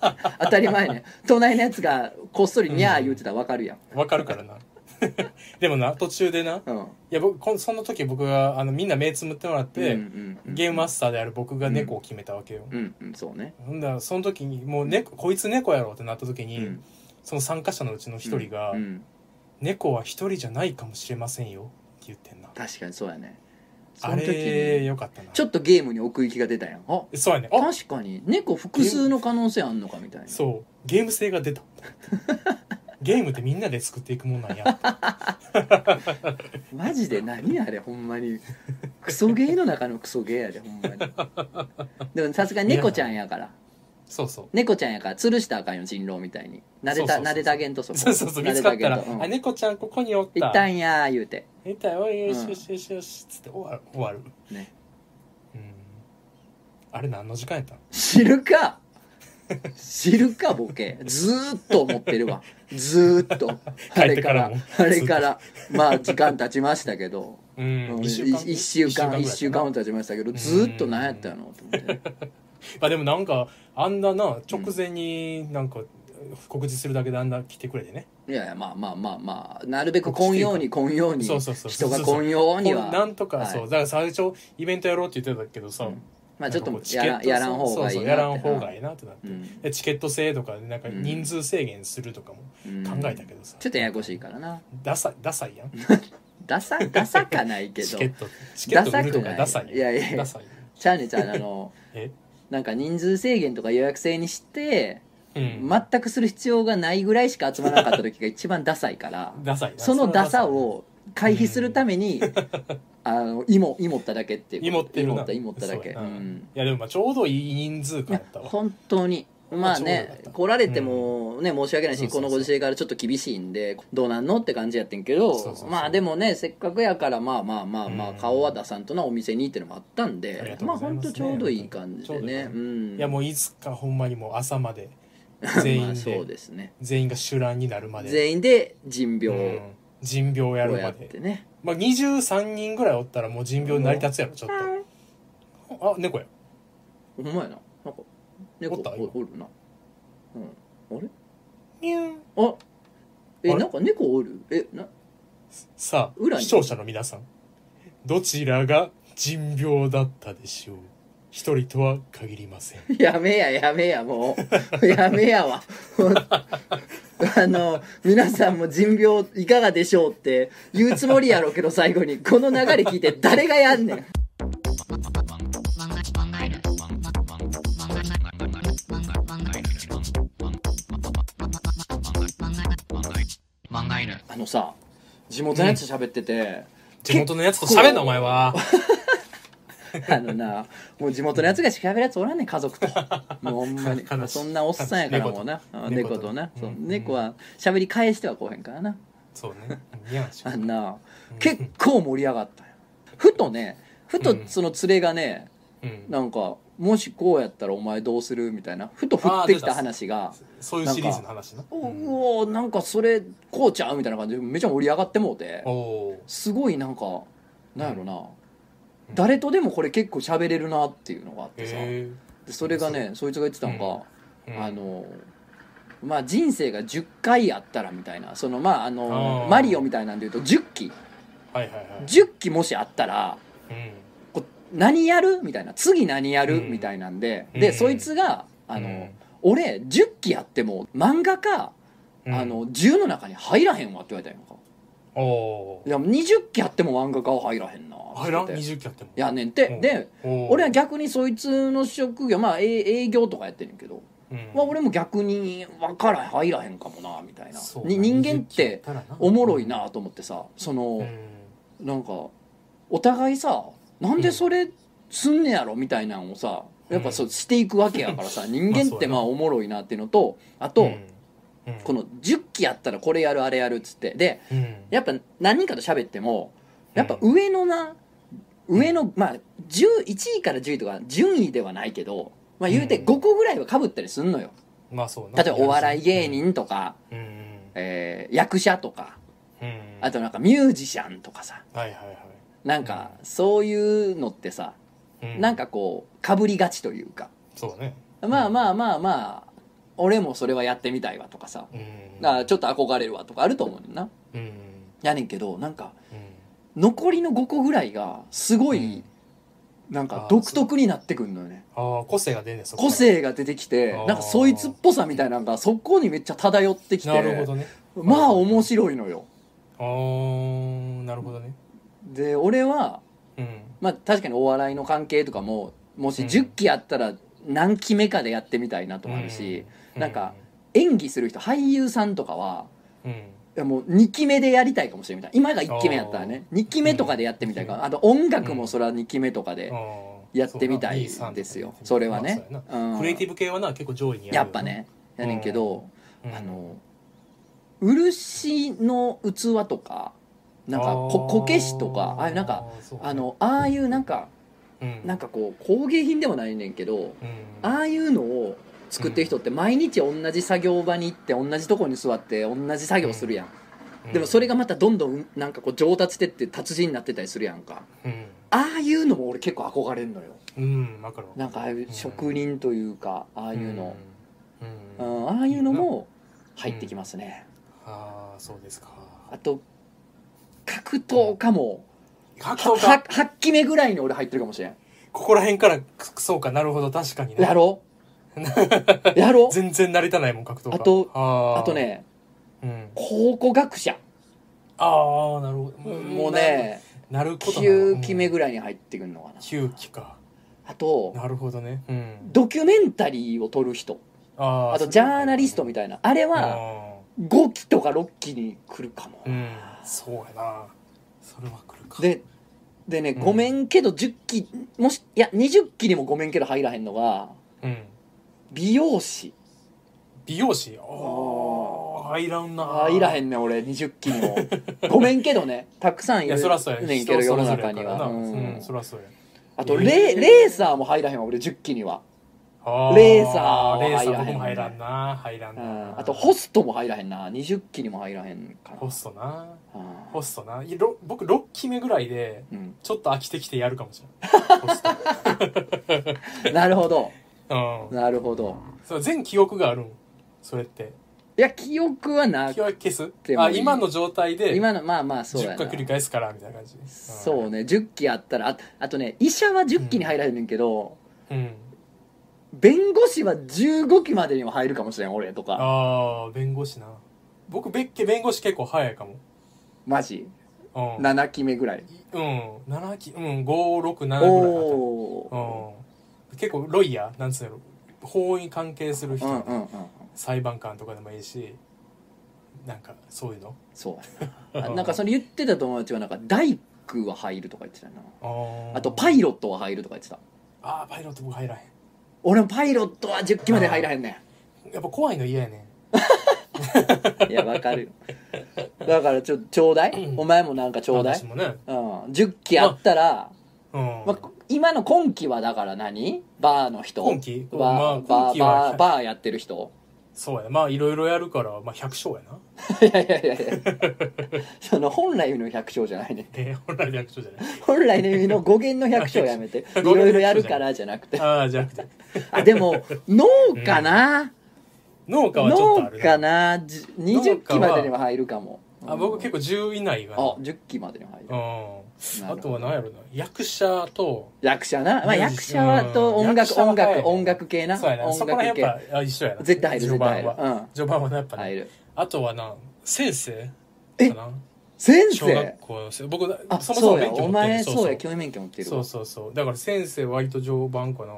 S1: 当たり前ね隣のやつがこっそりにゃー言うてたらわかるやん、
S2: わかるからな でもな途中でな
S1: うん、
S2: いや僕こんその時僕があのみんな目つむってもらって、
S1: うんうん
S2: ゲームマスターである僕が猫を決めたわけよ、
S1: うんうんそうね
S2: ほんだらその時にもう猫こいつ猫やろってなった時
S1: う
S2: に、その参加者のうちの一人が、
S1: うん
S2: 猫は一人じゃないかもしれませんよ」って言ってんな
S1: 確かにそうやねそ
S2: あ
S1: の時
S2: れ
S1: に
S2: よかったな
S1: ちょっとゲームに奥行きが出たやんあ
S2: そうやねあ
S1: 確かに猫複数の可能性あんのかみたいな
S2: そうゲーム性が出た ゲームってみんなで作っていくもんなんや
S1: マジで何あれほんまにクソゲーの中のクソゲーやでほんまにでもさすがに猫ちゃんやから
S2: そうそう
S1: 猫ちゃんやから吊るしたらあかんよ人狼みたいに撫でた
S2: そうそうそうそう
S1: 撫でたげんとそこ
S2: そうそうそう見
S1: 撫
S2: つ
S1: で
S2: か
S1: た
S2: っ
S1: げ
S2: た
S1: ん
S2: ら
S1: と、う
S2: 「
S1: ん
S2: あ猫ちゃんここにおっ
S1: い
S2: た」
S1: ったんやー言うて
S2: いたよおいよし
S1: うん
S2: よしよしよし」つって終わる終わる
S1: ね
S2: うんあれ何の時間やった
S1: 知るか知るかボケずーっと思ってるわずーっとあ
S2: 帰っ
S1: れ
S2: て
S1: か
S2: から
S1: ら
S2: も
S1: あれからまあ時間経ちましたけど、
S2: う
S1: うんん、
S2: 一
S1: い一週間
S2: 一
S1: 一週間
S2: ぐらいかな
S1: も経ちましたけどずーっと何やったのと思って
S2: まあでもなんかあんなな直前になんか告知するだけであんな来てくれてね
S1: いやいやまあまあまあまあなるべく混ように混ように
S2: そうそうそう
S1: 人が混ように
S2: こ
S1: は
S2: うなんとか
S1: はい
S2: そうだから最初イベントやろうって言ってたけどさ
S1: うんまあちょっ
S2: なんかことうチケ
S1: や
S2: ッ
S1: ら
S2: ト
S1: やらん方がいい
S2: そうそう
S1: な
S2: や
S1: って
S2: らん方がいいなってなって
S1: うん
S2: でチケット制とかでなんか人数制限するとかも
S1: うん
S2: 考えたけどさ
S1: ちょっとややこしいからな
S2: ダサいダサいやん
S1: ダサダサかないけ
S2: チ
S1: ど
S2: ケットチケット売るとかダ
S1: ダサ
S2: サい
S1: く
S2: や
S1: なんいいやいやいや
S2: ダサい
S1: ちゃうねんちゃうねんあの
S2: え
S1: なんか人数制限とか予約制にして
S2: うん
S1: 全くする必要がないぐらいしか集まらなかった時が一番ダサいから
S2: ダ サい
S1: そのダサ
S2: い
S1: を回避するために、あのイモイモっただけっていう
S2: 芋って
S1: イ
S2: る
S1: モ
S2: な
S1: ったイモっただけ
S2: そう
S1: う
S2: やなんいやでもまあちょうどいい人数感やったわ
S1: 本当にまあ
S2: ちょうどよ
S1: ね
S2: かった
S1: 来られてもね申し訳ない
S2: そ
S1: し
S2: う
S1: こ
S2: そうそ
S1: の
S2: う
S1: ご時世からちょっと厳しいんでどうなんのって感じやってんけ
S2: そうそうそ
S1: ど
S2: う
S1: まあでもねせっかくやからまあまあまあまあ
S2: うん
S1: 顔は出さんとなお店にってのもあったん
S2: あり
S1: で
S2: がとう
S1: まあ
S2: ござい
S1: 本
S2: ます
S1: 当
S2: ね
S1: ちょうどいい感じでね
S2: ちょう
S1: う
S2: ど
S1: ん
S2: いやもういつかほんまにもう朝まで全
S1: まあ
S2: 員
S1: そう
S2: で
S1: ですね
S2: 全員が酒乱になるまで
S1: 全員で人病
S2: う
S1: を
S2: ん人病やる
S1: や
S2: ま
S1: っ
S2: で
S1: てね
S2: まあ23人ぐらいおったらもう人病成り立つやろちょっとあ猫や
S1: ほんまやななんか猫
S2: おった
S1: おおるなうんあれ
S2: ニューン
S1: あえ
S2: あれ
S1: なんか猫おるえな
S2: さ
S1: 裏
S2: あ
S1: に
S2: 視聴者の皆さんどちらが人病だったでしょう一人とは限りません
S1: やめややめやもう やめやわあの皆さんも人病いかがでしょうって言うつもりやろうけど最後にこの流れ聞いて誰がやんねんあのさ地元のやつ喋ってて、
S2: 地元のやつと喋んなお前は
S1: あのなもう地元のやつがしか喋るやつおらんねん家 族ともうほんまに
S2: 悲しい
S1: もうそんなおっさんやからもうな
S2: と
S1: うん猫となそ
S2: 猫と
S1: う
S2: うん
S1: 猫は喋り返してはこうへんからな
S2: そうねニャンし
S1: あ
S2: か
S1: んな
S2: うん
S1: 結構盛り上がったんよふとねふと
S2: うん
S1: その連れがね
S2: うん
S1: なんかもしこうやったらお前どうするみたいなふと振ってきた話が
S2: そういうシリーズの話な
S1: 「おうおーなんかそれこうちゃう?」みたいな感じでめちゃ盛り上がってもうて
S2: おお
S1: すごいなんかなんやろな、
S2: ん
S1: 誰とでもこれ結構喋れるなっていうのがあっ
S2: ー
S1: てさ、
S2: へ
S1: でそれがねそいつが言ってたの
S2: え
S1: が、
S2: うん
S1: あのまあ人生が10回あったらみたいなそのまああの
S2: あー
S1: マリオみたいなんで言うと10期
S2: はいはいはい
S1: 10期もしあったら
S2: うん
S1: こう何やるみたいな次何やる、
S2: うん
S1: みたいなんで
S2: うん
S1: で、そいつがあの、
S2: うん
S1: 俺10期やっても漫画か、
S2: うん
S1: あの10の中に入らへんわって言われたんやんか
S2: おお
S1: いや20期やっても漫画家は入らへんな
S2: あら
S1: って言って
S2: 20期やっても
S1: いやねんて、
S2: うん
S1: で
S2: おー
S1: 俺は逆にそいつの職業まあえ営業とかやってるけど、
S2: うん
S1: まあ、俺も逆に分からへん入らへんかもなみたいな
S2: そう
S1: に人間っておもろいなと思ってさそ
S2: うん
S1: の、なんかお互いさなんでそれすんねやろみたいなのをさやっぱそううしていくわけやから さ人間ってまあおもろいなっていうのとあと、
S2: うん
S1: この10期やったらこれやるあれやるっつってで
S2: うん
S1: やっぱ何人かと喋ってもやっぱ
S2: うん
S1: 上のな、上のまあ10 1位から10位とか順位ではないけど、まあ、言うて
S2: うん
S1: 5個ぐらいはかぶったりすんのよ
S2: まあそうな
S1: 例えばお笑い芸人とか、
S2: うんうん
S1: えー役者とか
S2: うん
S1: あとなんかミュージシャンとかさ
S2: はいはいはい
S1: なんかそういうのってさ
S2: う
S1: なんかこうかぶりがちというか
S2: そうね
S1: まあまあまあまあ俺もそれはやってみたいわとかさ
S2: うん
S1: だからちょっと憧れるわとかあると思うねんな
S2: うんうん
S1: やねんけどなんか残りの5個ぐらいがすごいなんか独特になってくんのよね
S2: ああ個性が出んねんそこか
S1: 個
S2: ら
S1: 性が出てきて
S2: あー
S1: なんかそいつっぽさみたいなのがそこにめっちゃ漂ってき
S2: なるほ
S1: て
S2: どね
S1: まあ面白いのよ
S2: ああなるほどね
S1: で俺は
S2: うん
S1: まあ確かにお笑いの関係とかももし
S2: うん
S1: 10期あったら何期目かでやってみたいなともあるし、
S2: う
S1: なんか演技する人俳優さんとかは
S2: うん
S1: いやもう2期目でやりたいかもしれない今が1期目やったらね2期目とかでやってみたいか
S2: う
S1: なあと音楽もそれは2期目とかでやってみたい
S2: そうな
S1: ですよ
S2: B3
S1: それはね
S2: まあそう
S1: う
S2: やなんクリエイティブ系はな結構上位にるよ
S1: やっぱねやねんけど
S2: うん
S1: あの漆の器とかなんかこ
S2: あー
S1: こけしとかああいうなんか
S2: そうね
S1: あのああいうなんか
S2: うん
S1: なんかこう工芸品でもないねんけど
S2: うん
S1: ああいうのを作ってる人って毎日同じ作業場に行って同じとこに座って同じ作業するやん、でもそれがまたどんどんなんかこう上達してって達人になってたりするやんか
S2: うん
S1: ああいうのも俺結構憧れるのよ
S2: うん分かるわ
S1: なんかああいう職人というかああいうの、
S2: うん
S1: う
S2: うん
S1: ん、ああいうのも入ってきますね、
S2: ああそうですか
S1: あと格闘家も
S2: 格闘家
S1: 8期目ぐらいに俺入ってるかもしれん
S2: ここら辺からくそうかなるほど確かにね
S1: やろ やろ
S2: 全然慣れたないもん格闘家
S1: あと
S2: あー
S1: あとね
S2: うん
S1: 考古学者
S2: ああなるほど
S1: もうね
S2: なることな
S1: 9期目
S2: うん
S1: ぐらいに入ってくるのかな
S2: 9期か
S1: あと
S2: なるほどねうん
S1: ドキュメンタリーを撮る人
S2: あー
S1: あとジャーナリストみたいなあれは
S2: あ
S1: 5期とか6期に来るかも
S2: ーうんそうやなそれは来るか
S1: ででね、
S2: ん
S1: ごめんけど10期もしいや20期にもごめんけど入らへんのが
S2: うん
S1: 美容師
S2: 美容師ああ入らんな
S1: 入らへ
S2: ん
S1: んねん俺20期に もごめんけどねたくさんい
S2: い
S1: る
S2: やそらそうや
S1: ねんけど
S2: 人
S1: 世
S2: それ
S1: の
S2: ぞれ
S1: 中
S2: や
S1: に
S2: から
S1: は、
S2: な
S1: うん
S2: うんそらそうや
S1: あとレーレーサーも入らへんわ俺10期には、
S2: あー
S1: レーサーは入
S2: レ
S1: らへ
S2: ー
S1: ん
S2: サー僕も入らんな入らん
S1: う、
S2: なん
S1: あとホストも入らへんな20期にも入らへんかな
S2: ホストな
S1: う
S2: ホストないやろ僕6期目ぐらいで
S1: ん
S2: ちょっと飽きてきてやるかもしれ ないホスト
S1: うんなるほど
S2: うん
S1: なるほど
S2: そう全記憶があるんそれって
S1: いや記憶はな
S2: 記憶消す
S1: でも
S2: あ
S1: いい
S2: 今の状態で
S1: 今のまあまあそうや
S2: 10
S1: な
S2: 回繰り返すからみたいな感じ
S1: そうね10期あったらああとね医者は10期に入らへんねんけど、
S2: うん、うん、
S1: 弁護士は15期までには入るかもしれん俺とか
S2: ああ弁護士な僕別家弁護士結構早いかも
S1: マジ
S2: うん
S1: 7期目ぐらい
S2: うん7期うん567ぐらい
S1: お
S2: あた
S1: お
S2: うん、結構ロイヤーなんつうの法に関係する
S1: ー
S2: 人、
S1: うんうんうん
S2: 裁判官とかでもいいしなんかそういうの
S1: そうやなあなんかそれ言ってた友達はなんか大工は入るとか言ってたよな
S2: あー
S1: あとパイロットは入るとか言ってた
S2: あーパイロット僕入らへん
S1: 俺もパイロットは10期まで入らへんね
S2: やっぱ怖いの嫌やね
S1: んいやわかるよだからちょちょうだい、
S2: うん
S1: お前もなんかち
S2: ち
S1: ょうだ
S2: 私
S1: い、
S2: もね
S1: うん、10期あったら、
S2: うん、
S1: まあ、今の今期はだから何バーの人
S2: 今期
S1: バー、
S2: うんまあ
S1: バー
S2: 今期は
S1: バーバーやってる人
S2: そうやまあいろいろやるから、まあ、百姓やない
S1: やいやいやいやその本来の百姓じゃないね
S2: え本来の百姓じ ゃない
S1: 本来の意味の語源の百姓やめ てい
S2: 語源の百姓
S1: ろいろやるからじゃなくて
S2: ああじゃなくて
S1: あでも農家な、
S2: 農家はちょっとあ
S1: 農
S2: る
S1: 家なじ20期までには入るかも
S2: あ僕結構10以内が
S1: 構あ10期までには入る
S2: うん
S1: なる
S2: あ
S1: ほど
S2: とは何やろな役者と
S1: 役者な、まあ、
S2: ミュー
S1: 役
S2: ジシ
S1: 者
S2: ャン
S1: はと音楽
S2: 役者は
S1: 音
S2: 早
S1: 楽
S2: いね
S1: 音楽系な
S2: そうやなそ
S1: 音
S2: こら
S1: 楽
S2: 辺
S1: 系
S2: やっぱあ一緒やな
S1: 絶対入る
S2: 序
S1: 絶対
S2: 盤
S1: 入る、
S2: は
S1: うん、
S2: 序盤はなやっぱね
S1: 入る
S2: あとはな先生
S1: え
S2: かな
S1: 先
S2: 小学
S1: 生
S2: 校のせ僕
S1: あ
S2: そもそ
S1: そ
S2: も
S1: うや
S2: 免許
S1: お
S2: 持って
S1: 前
S2: る
S1: そうや教員免許持ってる
S2: そう
S1: わ
S2: そうそうだから先生割と常盤かな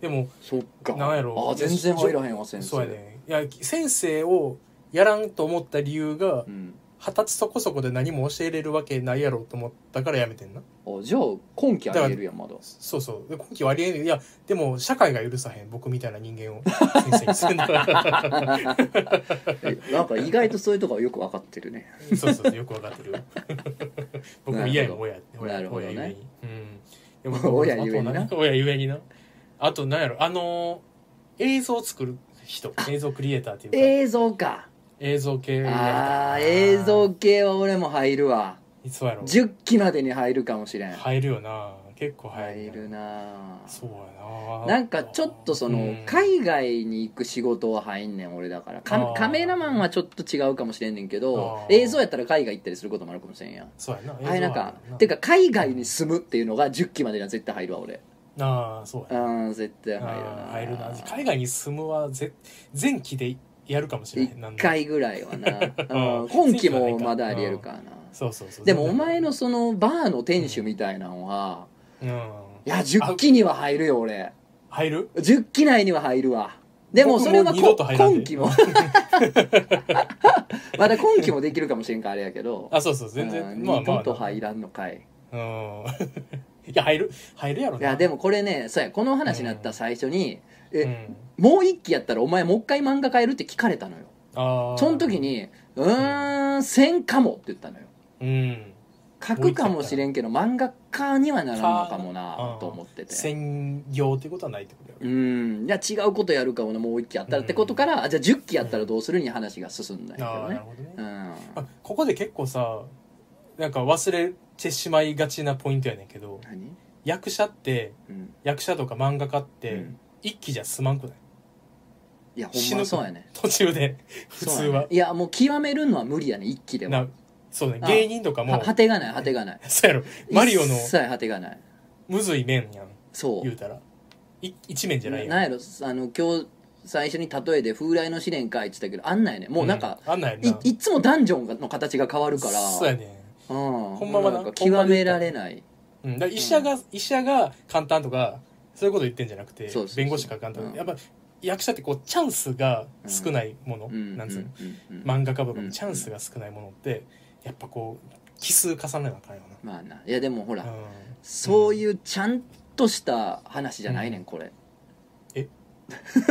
S2: でも
S1: そっか
S2: なんやろ
S1: あ全然入らへんわ先生
S2: そうやねいや先生をやらんと思った理由が
S1: うん
S2: 二十歳そこそこで何も教えれるわけないやろと思ったからやめてんな
S1: あじゃあ今期あげるやんまだ
S2: そうそうで今期割合いやでも社会が許さへん僕みたいな人間を先生にするのは
S1: えなんか意外とそういうとこはよく分かってる ね
S2: そうそうそうよくわかって るよ僕も嫌や親
S1: な
S2: 親
S1: るほど
S2: 親ゆえ
S1: ね
S2: にうんで も
S1: 親ゆえにな
S2: あと親ゆえになあとなんやろあのー映像作る人映像クリエイターっていうか、
S1: 映像か
S2: 映像系やりたいな
S1: あー映像系は俺も入るわ
S2: いつやろ
S1: 10期までに入るかもしれん
S2: 入るよな結構入
S1: 入
S2: る
S1: るな
S2: そうやな
S1: なんかちょっとその海外に行く仕事は入んねん俺だからカ
S2: あー
S1: カメラマンはちょっと違うかもしれんねんけど
S2: あー
S1: 映像やったら海外行ったりすることもあるかもしれんやん
S2: そうやな
S1: あれなんか
S2: 映像あるよな
S1: てか海外に住むっていうのが10期までには絶対入るわ俺
S2: なあそうやな
S1: うん絶対入るな
S2: あー入るな海外に住むはぜ前期でやるかもしれないなん
S1: 1
S2: で
S1: 回ぐらい はな、
S2: ん
S1: うん、今期もまだありえるからな、
S2: そうそうそう
S1: でもお前のそのバーの店主みたいなのは、
S2: うん
S1: いや10期には入るよ俺
S2: 入る
S1: 10期内には入るわでも
S2: 僕
S1: それは
S2: もう二度と
S1: こ
S2: 入らんで
S1: 今 期もまだ今期もできるかもしれんからあれやけど
S2: あそうそう全然、
S1: うん
S2: まあ
S1: 二度
S2: ま
S1: と
S2: あ
S1: 入らんのかい
S2: うん いや入る入るやろ
S1: いやで
S2: も
S1: もこれねそうやこの話になった最初に、
S2: う
S1: え、
S2: ん
S1: もう一期やったらお前もう一回漫画変えるって聞かれたのよ
S2: あー
S1: その時に「うーんせんかも」って言ったのよ
S2: うん
S1: 書くかもしれんけど漫画家にはならんのかもな
S2: か
S1: と思ってて
S2: 専業ってことはないってことやろ
S1: うんいや違うことやるかもなもう一期やったらってことから、あじゃあ10期やったらどうするに話が進んだんやけ
S2: あ
S1: ど
S2: あなる
S1: ね
S2: ほどね、
S1: うん
S2: あここで結構さなんか忘れてしまいがちなポイントやねんけど
S1: 何
S2: 役者って
S1: うん
S2: 役者とか漫画家って、
S1: うん
S2: 一気じゃ済まんくない
S1: いやほんまそうやね
S2: 途中で普通
S1: そうや
S2: は
S1: ねいやもう極めるのは無理やね一期では
S2: なそうね
S1: あ
S2: 芸人とかも
S1: は果てがない果てがない
S2: そうやろ マリオの
S1: 一切果てがない
S2: むずい面やん
S1: そ
S2: 言う
S1: う
S2: たらい一面じゃない
S1: なん
S2: やん
S1: やろあの今日最初に例えで風来の試練かいって言ったけどあんなんやねもうなんか、
S2: あんなんやんない
S1: いっつもダンジョンの形が変わるから
S2: そうやね
S1: うん、
S2: ほんまはな
S1: なんか極められない
S2: ん、うん、だから医者が、医者が簡単とかそういうこと言ってんじゃなくて
S1: そうそうそう
S2: 弁護士が簡単、
S1: うん
S2: やっぱ役者ってこうチャンスが少ないもの、
S1: うん
S2: なんつうの、
S1: うんうんうん
S2: 漫画家とか
S1: う
S2: の
S1: ん
S2: チャンスが少ないものってやっぱこう奇数重ねなあかんよ
S1: まあないやでもほら、
S2: な、うん、
S1: そういうちゃんとした話じゃないねん、これ
S2: え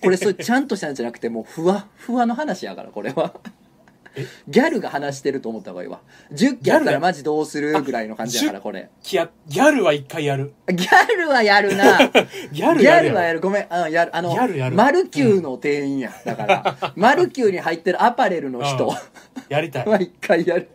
S1: これそれちゃんとしたんじゃなくてもうふわふわの話やからこれは
S2: え
S1: ギャルが話してると思った方がいいわギャルからマジどうするぐらいの感じやからこれ
S2: ギャギャルは一回やる
S1: ギャルはやるな
S2: ギャル
S1: ギ
S2: や
S1: ャ
S2: る
S1: ルはや
S2: る
S1: るごめんあやるあの
S2: ギャルやる
S1: マルキューの店員や、だから マルキューに入ってるアパレルの人
S2: やりたい
S1: は一回やる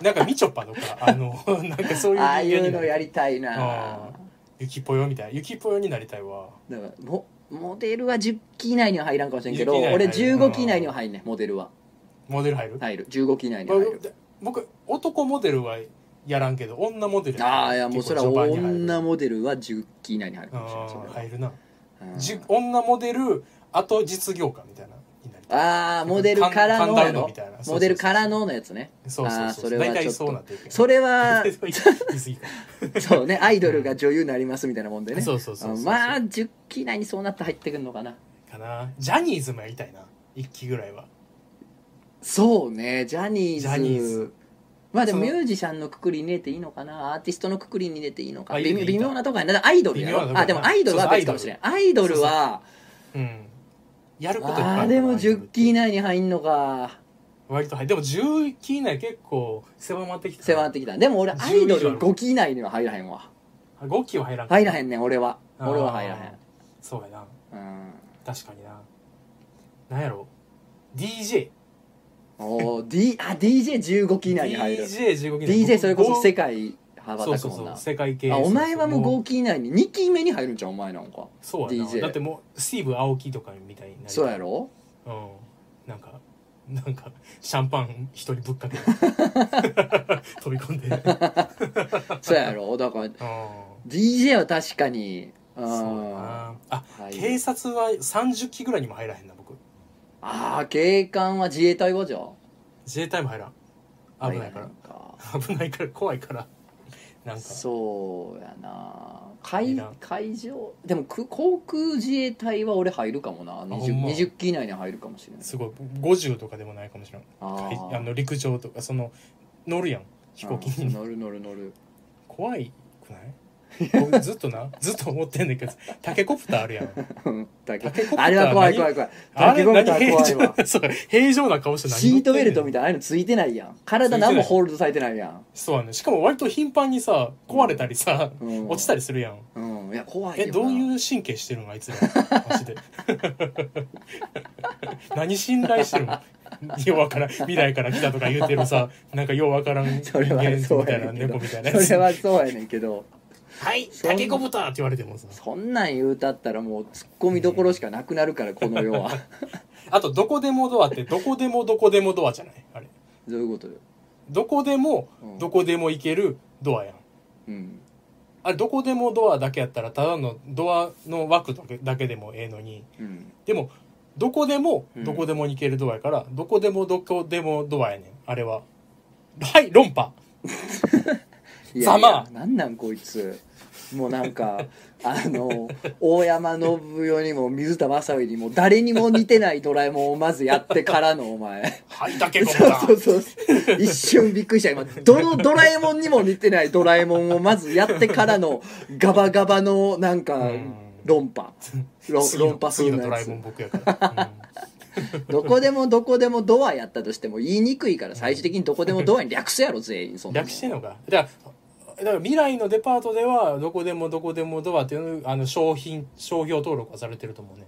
S2: なんかみちょぱとか あのなんかそういう人間になりたい
S1: ああいうのやりたいな
S2: うんゆきぽよみたいなゆきぽよになりたいわ
S1: だからモモデルは10期以内には入らんかもしれんけど
S2: 10期以内
S1: 俺
S2: に入る
S1: 15期以内には入んねんモデルは
S2: モデル入る、
S1: 入る15期以内に
S2: ま
S1: は
S2: あ
S1: 入る
S2: 僕男モデルはやらんけど女モデル
S1: ああいやもうそれは女
S2: モ
S1: モデルは10期以内に入るかもしれんそれは
S2: 入るな、
S1: うん
S2: じ女モデルあと実業家みたいなになりたい
S1: ああモデルからのや
S2: 神田うどん
S1: ろ
S2: みたいなそうそうそう
S1: モデルからののやつ ね
S2: そうそうそう
S1: あーそれは
S2: 大体
S1: ちょっと
S2: そうなっていくよね
S1: それは
S2: 言い過ぎか
S1: そうねアイドルが女優になりますみたいなもん でね
S2: そうそうそうそう
S1: うんまあ10期以内にそうなって入ってくんのかな
S2: かなジャニーズもやりたいな一期ぐらいは
S1: そうねジャニーズ
S2: ジャニーズ
S1: まあでも
S2: そ
S1: ミ
S2: の
S1: ュージシャンのくくりに入れていいのかなアーティストのくくりに入れていいのか
S2: あ
S1: 微
S2: いいねいいね
S1: 微妙なとこやなだからアイドルや
S2: 微妙なと
S1: ろ
S2: こやな
S1: あでもアイドルは別かもしれんアイド
S2: ドル
S1: ルは
S2: うんやることいっぱい
S1: あ
S2: あ
S1: あ
S2: るか
S1: で
S2: ら
S1: も10期以
S2: ア
S1: 内
S2: イドルって
S1: に入んのか
S2: 割と入るでも10期以内結構狭まってきた
S1: 世話になってきたでも俺アイドル5期以内には入らへんわ
S2: 5期は入らん
S1: 入らへ
S2: ん
S1: んねん俺は俺は入ら
S2: そうやな
S1: へんうん
S2: 確かにななんやろ DJ
S1: おー D あ DJ15 期以内に入る
S2: DJ15 期
S1: DJ それこそ世
S2: 世界
S1: 界羽ば
S2: そう
S1: たく
S2: そう
S1: もん
S2: そう
S1: な
S2: 世界系
S1: あお前はもう
S2: 合
S1: 5期以内に2期目に入るんじゃんお前なんか
S2: そうやな
S1: DJ
S2: だってもうスティーブ青木とかみたいになりたい
S1: そうやろ
S2: うんなんかなんかシャンパン一人ぶっかけ て飛び込んで
S1: そうやろだから DJ は確かにう
S2: うんそうんやなあ
S1: はい
S2: 警察は30期ぐらいにも入らへんな僕
S1: ああ警官は自衛隊はじゃ
S2: 自衛隊も入らん
S1: あ
S2: 危ないから
S1: 入らんか
S2: 危ないから 怖いからなんか
S1: そうやな海
S2: いらん
S1: 海上でもく航空自衛隊は俺入るかもな 20,
S2: ほんま
S1: 20機以内に入るかもしれない
S2: すごい50とかでもないかもしれん
S1: あ
S2: はい
S1: ー
S2: あの陸上とかその乗るやん飛行機
S1: うん
S2: に
S1: 乗る乗る乗る
S2: 怖いくない僕ずっとなずっと思ってんだけどタケコプターあ るやん
S1: うんだけ
S2: タケコプター
S1: あれは怖い怖い怖い
S2: あれ何
S1: タケコプ
S2: 平
S1: ター怖いわ
S2: 常そう平常な顔して何
S1: シートベルト
S2: 乗って
S1: み
S2: んねん
S1: たいなああいうのついてないやん体何もホールドされてないやん
S2: そうやねしかも割と頻繁にさ壊れたりさ、
S1: うん
S2: 落ちたりするやん
S1: うんいや怖いよ
S2: え
S1: な
S2: どういう神経してるのあいつらマジで 何信頼してるのようわからん未来から来たとか言うてるさなんかようわからん人
S1: それは
S2: 間み
S1: そう
S2: た
S1: や
S2: い
S1: ね
S2: なん
S1: け
S2: 猫
S1: ど
S2: みたいなやつ
S1: それはそうやねんけど
S2: はい
S1: そん
S2: タケコプターって言われてもさ
S1: そんなん言うたったらもうツッコミどころしかなくなる からこの世は
S2: あとどこでもドアってどこでもどこでもドアじゃないあれ
S1: どういうことよ、
S2: どこでも
S1: うん
S2: どこでも行けるドアやん
S1: うん、
S2: あれどこでもドアだけやったらただのドアの枠だけだけでもええのに
S1: うん
S2: でもどこでも
S1: うん
S2: どこでも行けるドアやから、どこでもどこでもドアやねんあれははい論破
S1: いや
S2: ざ
S1: い
S2: ま
S1: やなんなんこいつもうなんかあの大山信代にも水田正美にも誰にも似てないドラえもんをまずやってからのお前
S2: はいタケコプタ
S1: そう そ
S2: ー
S1: うそう 一瞬びっくりした今どのドラえもんにも似てないドラえもんをまずやってからのガバガバのなんか
S2: うん
S1: 論破論
S2: 次の
S1: 論破す
S2: 次
S1: る
S2: の
S1: の
S2: ドラ
S1: や
S2: え
S1: つ
S2: もん僕やから、
S1: どこでもどこでもドアやったとしても言いにくいから最終的にどこでもドアに略すやろ全員そ
S2: うん ん、
S1: なもん
S2: 略してんのかだからだから未来のデパートではどこでもどこでもドアっていうのあの商品商標登録はされてると思うね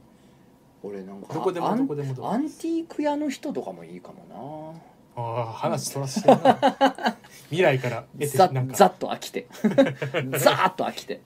S1: 俺なんか
S2: どこでもどこでもド
S1: ア
S2: ア
S1: ンティーク屋の人とかもいいかもな
S2: ああ話取らせてるな 未来から得て
S1: ざ
S2: なんか
S1: ざっと飽き てざーっと飽きて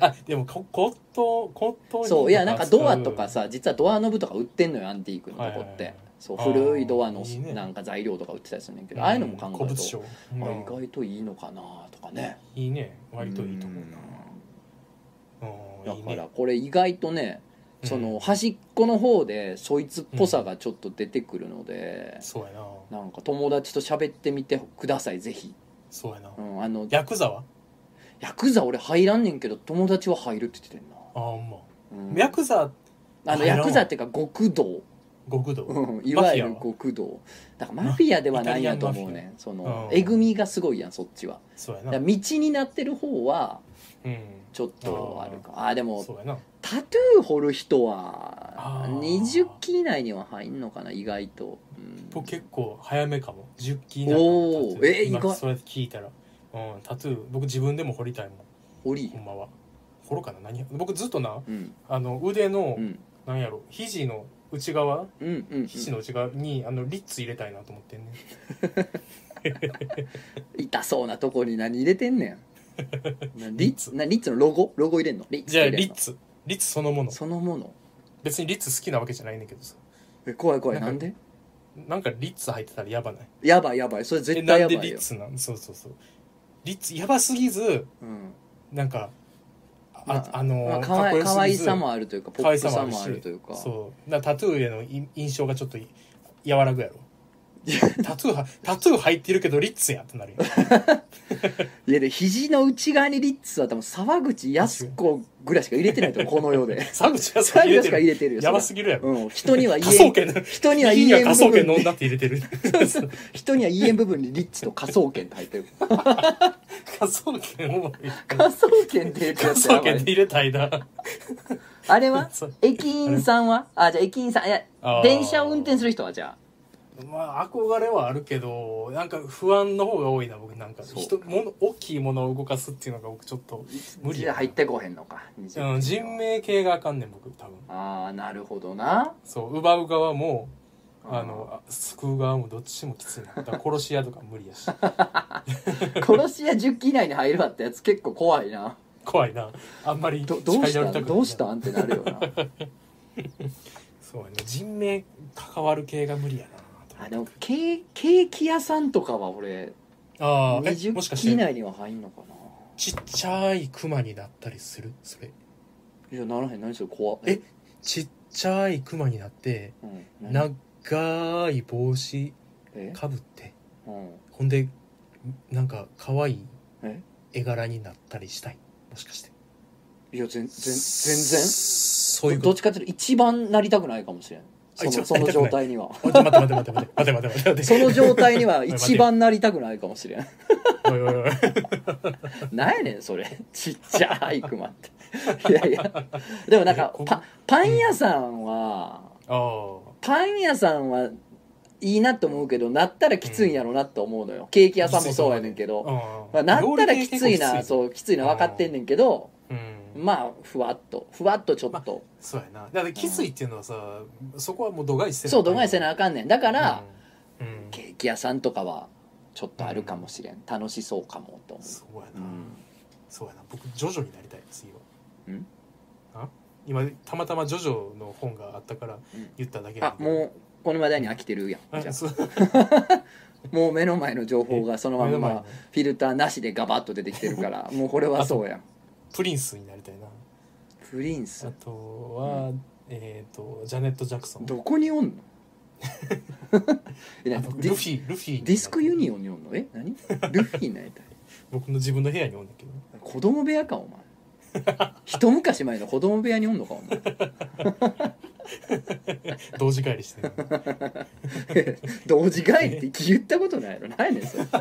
S2: あでもこ骨董骨董品
S1: そういやなんかドア
S2: 使う
S1: とかさ実はドアノブとか売ってんのよアンティークのとこっ
S2: はいはいは
S1: て
S2: い
S1: そう
S2: あー
S1: 古いドアの
S2: いいね
S1: なんか材料とか売ってたりするねんけどああいうのも考
S2: 古
S1: える
S2: 物
S1: と
S2: 商
S1: あ
S2: うん
S1: 意外といいのかなとかね
S2: いいね割といいと思うな
S1: だ
S2: うんいい
S1: か
S2: ね
S1: らこれ意外とね
S2: うん
S1: その端っこの方でそいつっぽさがちょっと出てくるので
S2: そうやな
S1: なんか友達と喋ってみてくださいぜひ、
S2: そうやな
S1: うん、あの
S2: ヤクザは
S1: ヤクザ俺入らんねんけど友達は入るって言って
S2: あほんま
S1: てんな、うん、
S2: ヤクザ
S1: あの
S2: 入らん
S1: ヤクザっていうか極道、
S2: 極道
S1: うん、い
S2: マフ
S1: わ
S2: ィ
S1: ゆ
S2: ア
S1: る
S2: は
S1: 極道だからマフィアではないんやと思う
S2: イタリア
S1: ねそ
S2: マフィ
S1: の
S2: アうん
S1: えぐみがすごいやんそっちは
S2: そうや
S1: だ
S2: な
S1: から道になってる方は
S2: うん
S1: ちょっとあるかあーでも
S2: そうやな
S1: タトゥー彫る人は
S2: あー
S1: 20期以内には入んのかな意外と、うん
S2: 僕結構早めかも10期以内
S1: おー
S2: のタトゥ
S1: え意外
S2: 今そうやって聞いたら、うん、タトゥー僕自分でも彫りたいもん
S1: 彫り
S2: ほんまは彫ろうかな何僕ずっとな
S1: うん
S2: あの腕の、
S1: うん
S2: なんやろ肘の内側
S1: うんうんうん
S2: 肘の内側にあのリッツ入れたいなと思ってん ね
S1: 痛そうなとこに何入れてん ねんなリッツなリッツのロゴロゴ入れんのリッツ
S2: じゃあ
S1: 入れん
S2: リッ
S1: の
S2: ツリッツそのもの
S1: そのもの
S2: 別にリッツ好きなわけじゃないねんだけどさ
S1: え怖い怖い
S2: な
S1: なんん
S2: か
S1: で
S2: なんかリッツ入ってたらやばない
S1: やばいやばいそれ
S2: え
S1: 絶対
S2: な
S1: や
S2: んで
S1: ばい
S2: リッ
S1: よ、
S2: ツなんそうそうそうリッツやばすぎず
S1: うん
S2: なんかあ,、
S1: ま
S2: あ、の
S1: まあ、
S2: ー
S1: かわい
S2: っこよすぎず
S1: 可愛さもあるというかポ
S2: 可愛
S1: ッ
S2: さ
S1: プさ
S2: もあるし
S1: もあるというか
S2: そうだからタトゥーへのい印象がちょっとい和らぐ やろタトゥーはタトゥー入ってるけどリッツやってなるやん
S1: いやで肘の内側にリッツは多分沢口靖子ぐらいしか入れてないと思うこの世 で
S2: 沢口はそ
S1: 沢
S2: れ入れ
S1: 口してか
S2: る
S1: 入れてるよ
S2: やば
S1: そ
S2: すぎるや
S1: れ
S2: ろ
S1: うん人には
S2: 科
S1: 言え
S2: 捜
S1: ん
S2: 研の
S1: 人には
S2: 右
S1: 言
S2: に
S1: え
S2: は
S1: ん
S2: 科
S1: 部分
S2: 捜研飲ん
S1: に
S2: だって入れて る
S1: 人には言えん部分にリッツと科捜研って入ってる
S2: 科捜研 を
S1: 科捜研って言うて
S2: 科
S1: るやつや
S2: 捜
S1: ばい
S2: 研で入れた間
S1: あれは
S2: そう
S1: 駅員さんはあじゃあ駅員さんいや
S2: あー
S1: 電車を運転する人はじゃ
S2: まあ憧れはあるけどなんか不安の方が多いな僕なんか
S1: そう
S2: 人物大きいものを動かすっていうのが僕ちょっと
S1: あ
S2: 無理
S1: じゃ
S2: や
S1: あ入ってこへんのか
S2: うん
S1: 20
S2: 人命系があかんねん僕多分
S1: ああなるほどな
S2: そう奪う側もあ
S1: あ
S2: の救う側もどっちもきついなだから殺し屋とか無理やし
S1: 殺し屋10期以内に入るわってやつ結構怖いな
S2: 怖いなあんまり
S1: どどうした
S2: 近寄りたく
S1: ん
S2: ない
S1: どうしたんってなるよな
S2: そうやね人命関わる系が無理やな
S1: あでもケーケーキ屋さんとかは俺
S2: ああえもし
S1: 20
S2: か
S1: 期以
S2: して
S1: 内には入んのかな
S2: ちっちゃいクマになったりするそれ
S1: いやならへん何それ怖っ
S2: えちっちゃいクマになって
S1: うん何
S2: 長い帽子
S1: え
S2: かぶって
S1: うん
S2: ほんでなんか可愛い
S1: え
S2: 絵柄になったりしたいもしかして
S1: いや全然全然
S2: そういう
S1: ど
S2: こ
S1: っちかっていうと一番なりたくないかもしれんそ
S2: あ
S1: の
S2: 一番
S1: そ
S2: なり
S1: の
S2: たくな
S1: 状
S2: い
S1: 態には
S2: と待って待って待って待って待って待って待って待って
S1: その状態には一番なりたくないかも しれん
S2: おいおいおい
S1: なんやねんそれ ちっちゃいクマっていやいやでもなんか
S2: えこ
S1: パパン屋さんは
S2: あ
S1: パン屋さんはいいなと思うけどなったらきついんやろうなと思うのよケーキ
S2: あ
S1: 屋さんもそうやねんけど、
S2: ど
S1: まあ、なったらきついな
S2: う、
S1: そうきついな分かってんねんけど
S2: うん、
S1: まあふわっとふわっとちょっと、
S2: そうやなだってきついっていうのはさ、そこはもう度外視せな
S1: そうどがいせ
S2: い
S1: なあかんねんだから、、
S2: うんうん
S1: ケーキ屋さんとかはちょっとあるかもしれん楽しそうかもと思
S2: そうや
S1: う、
S2: な、そうやな僕ジョジョになりたい次は
S1: ん
S2: あ今たまたまジョジョの本があったから
S1: ん
S2: 言っただけ
S1: あもうこの話題に飽きてるやん
S2: あ
S1: じゃあ
S2: そう
S1: もう目の前の情報がそのま
S2: 目
S1: ん
S2: の前
S1: ま
S2: の
S1: フィルターなしでガバッと出てきてるからもうこれはそうやん
S2: プリンスになりたいな
S1: プリンス
S2: あとは、えっ、とジャネット・ジャクソン
S1: どこにおん のえ
S2: あ
S1: な
S2: と
S1: ディ
S2: ルフ
S1: ス
S2: ィルフィ
S1: ディスクユニオンにおんのえ何 ルフィになりたい
S2: 僕の自分の部屋におんだけど
S1: 子供部屋かお 前一昔前の子供部屋におんのかお前
S2: 同時帰りしてる
S1: 同時帰りって言ったことないの何やねんそれ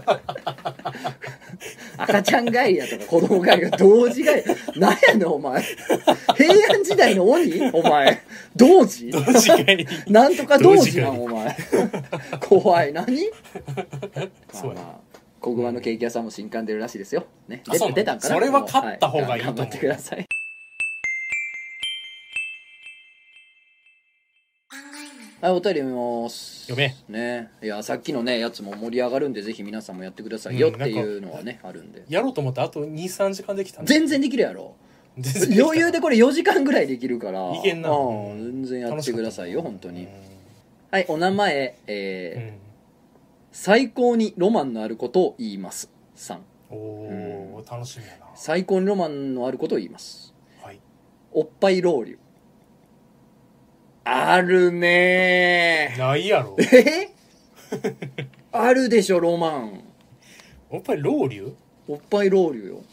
S1: 赤ちゃん帰りやとか子供帰りが同時帰り何やねんお前 平安時代の鬼お前同時
S2: 同時帰り
S1: なんとか同時な
S2: 同
S1: んお前 怖い何
S2: そうや
S1: まあまあ小熊のケーキ屋さんも新刊出るらしいですよね
S2: あ
S1: 出
S2: そうなん
S1: 出たんかな
S2: それは勝った方がいい
S1: 頑
S2: と思う
S1: 張ってくださいはい、お便り読みます。
S2: 読め。
S1: ね。いや、さっきのね、やつも盛り上がるんで、ぜひ皆さんもやってくださいよっ
S2: うんなん
S1: て
S2: か
S1: いうのはね、あるんで。
S2: やろうと思ったらあと23時間できたね
S1: 全然できるやろ。
S2: 全然できた
S1: 余裕でこれ4時間ぐらいできるから。
S2: いけんな
S1: うん全然やってくださいよ、本当に。はい、お名前、え
S2: う
S1: ー
S2: ん
S1: 最高にロマンのあることを言います。さん。
S2: おおー楽しみやな
S1: 最高にロマンのあることを言います。
S2: はい
S1: おっぱいロウリュ。あるね
S2: ないや ろ
S1: ー。えあるでしょ、ロマン。
S2: おっぱいロウリュ
S1: おっぱいロウリュよ。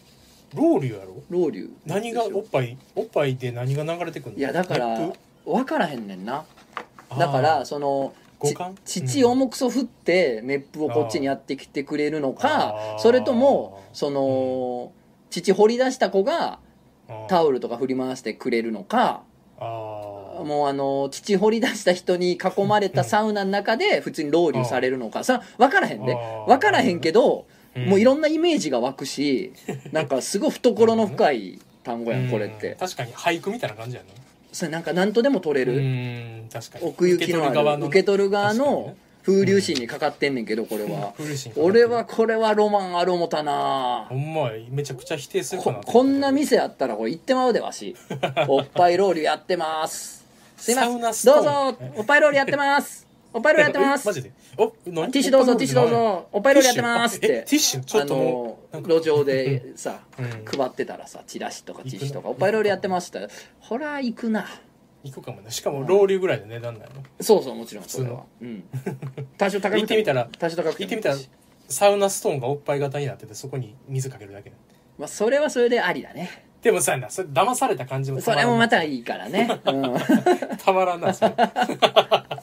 S2: ロウリュやろ
S1: ロウリュ。
S2: 何がおっぱいおっぱいで何が流れてくるの
S1: いやだから
S2: 熱
S1: 分からへんねんな
S2: あー
S1: だからその
S2: 五感
S1: ち父重くそ振って熱風をこっちにやってきてくれるのか
S2: あー
S1: それともその父掘り出した子がタオルとか振り回してくれるのか
S2: あー
S1: もうあの父掘り出した人に囲まれたサウナの中で普通にロウリュされるのかさ分からへんね
S2: あー
S1: 分からへんけど
S2: うん
S1: もういろんなイメージが湧くしなんかすごい懐の深い単語やんこれっ
S2: うん
S1: て
S2: 確かに俳句みたいな感じやね
S1: それなんか何とでも取れ
S2: う
S1: る
S2: ん確かに
S1: 奥行きのある受け取る側
S2: 確かに
S1: の
S2: ね
S1: 風流心にかかってんねんけどこれは
S2: 古いシーンかな
S1: 俺はこれはロマンある思たな
S2: ほんまやめちゃくちゃ否定するか
S1: こ
S2: な
S1: こんな店あったらこれ行ってまうでわ しおっぱいロールやってますすい
S2: サウ
S1: ま
S2: ナ
S1: せ
S2: ス
S1: ん
S2: ト
S1: ど
S2: ー
S1: う
S2: ン
S1: ぞおっぱいロールやってますおっぱいロールやってます
S2: マジでお何
S1: ティッシュどうぞティッシュどうぞおっぱいロールやってますっ
S2: え
S1: て
S2: ティッシュちょ
S1: あ
S2: っとも
S1: の
S2: うなんか
S1: 路上でさ
S2: うん
S1: 配ってたらさチラシとかチシとか
S2: 行くな
S1: おっぱいロールやってましたほら行くな
S2: 行くかもねしかもロウリュぐらいの値段なの
S1: そうそうもちろんそれはうん多少高くも
S2: 行ってみたら
S1: 多少高く
S2: 行って
S1: もいい
S2: み
S1: した
S2: らサウナストーンがおっぱい型になっててそこに水かけるだけ
S1: まあそれはそれでありだね
S2: でもさやなそれ騙された感じも
S1: そ
S2: た
S1: れ
S2: らん
S1: もまたいいから ね、うん、
S2: たまらんなそれ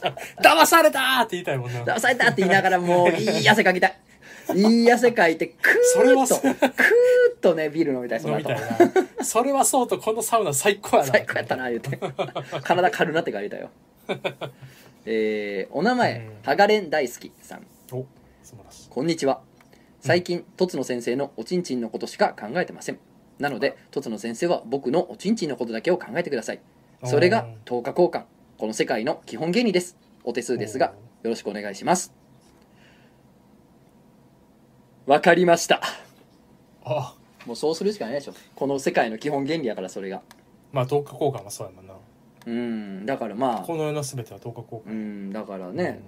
S2: 騙されたーって言いたいもんな
S1: 騙されたって言いながらもういい汗かきた いいい汗かいてク
S2: それ
S1: ーッ
S2: は
S1: と
S2: そう
S1: クーッとねビール飲みたいその
S2: 飲み
S1: 後
S2: たいなそれはそうとこのサウナ最高やな
S1: 最高やったな言うて体軽なって書いたよえーお名前
S2: うん
S1: ハガレン大好きさん
S2: お素晴らしい
S1: こんにちは最近とつの先生のおちんちんのことしか考えてませんなのでとつの先生は僕のおちんちんのことだけを考えてくださいそれが10日交換この世界の基本原理ですお手数ですがよろしくお願いしますわかりました
S2: あ
S1: もうそうするしかないでしょこの世界の基本原理やからそれが
S2: まあ等価交換はそうやもんな
S1: うんだからま
S2: こ
S1: あ
S2: の世の全ては等価交換
S1: うんだからね、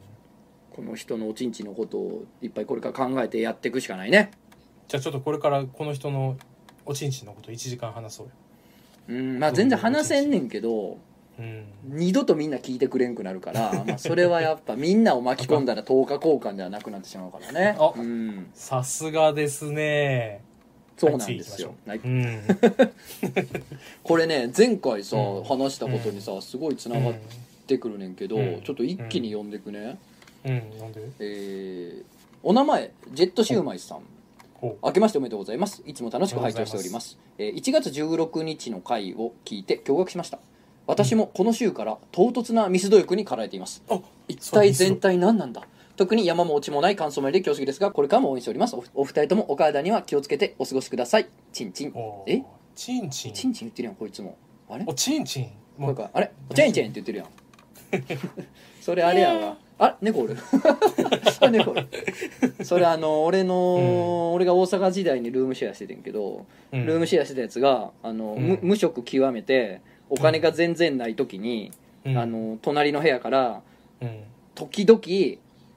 S1: この人のおちんちんのことをいっぱいこれから考えてやっていくしかないね
S2: じゃあちょっとこれからこの人のおちんちんのこと1時間話そうよ
S1: うんまあ全然話せんねんけど
S2: うん
S1: 二度とみんな聞いてくれんくなる から、まあ、それはやっぱみんなを巻き込んだら10日交換ではなくなってしまうからね
S2: あ
S1: うん
S2: さすがですね
S1: そうなんですよ、はい
S2: うん
S1: これね前回さ、
S2: うん
S1: 話したことにさすごいつながってくるねんけど、
S2: うん
S1: ちょっと一気に読んでくね、
S2: うんなんで
S1: えーお名前ジェットシューマイさん
S2: こ
S1: 明けましておめでとうございますいつも楽しく拝聴しておりますえー1月16日の回を聞いて驚愕しました私もこの週から唐突なミス努力に駆られています
S2: うあ
S1: 一体全体何なんだ特に山も落ちもない乾燥まで恐縮ですがこれからも応援しておりますおお二人ともお体には気をつけてお過ごしくださいチンチン
S2: お
S1: え
S2: ちんちん
S1: チンチン言ってるやんこいつもあれ
S2: おちんちん
S1: な
S2: も
S1: ん
S2: う
S1: かあれおチェンチェンって言って るやんそれあれやわあれ猫おる あ猫おるそれあの俺の、
S2: うん
S1: 俺が大阪時代にルームシェアしててんけど
S2: ル
S1: ルームシェアしてたやつがあの、
S2: うん
S1: 無無職極めてお金が全然ない時に、
S2: ェ
S1: あの隣の部屋から
S2: うん
S1: 時々、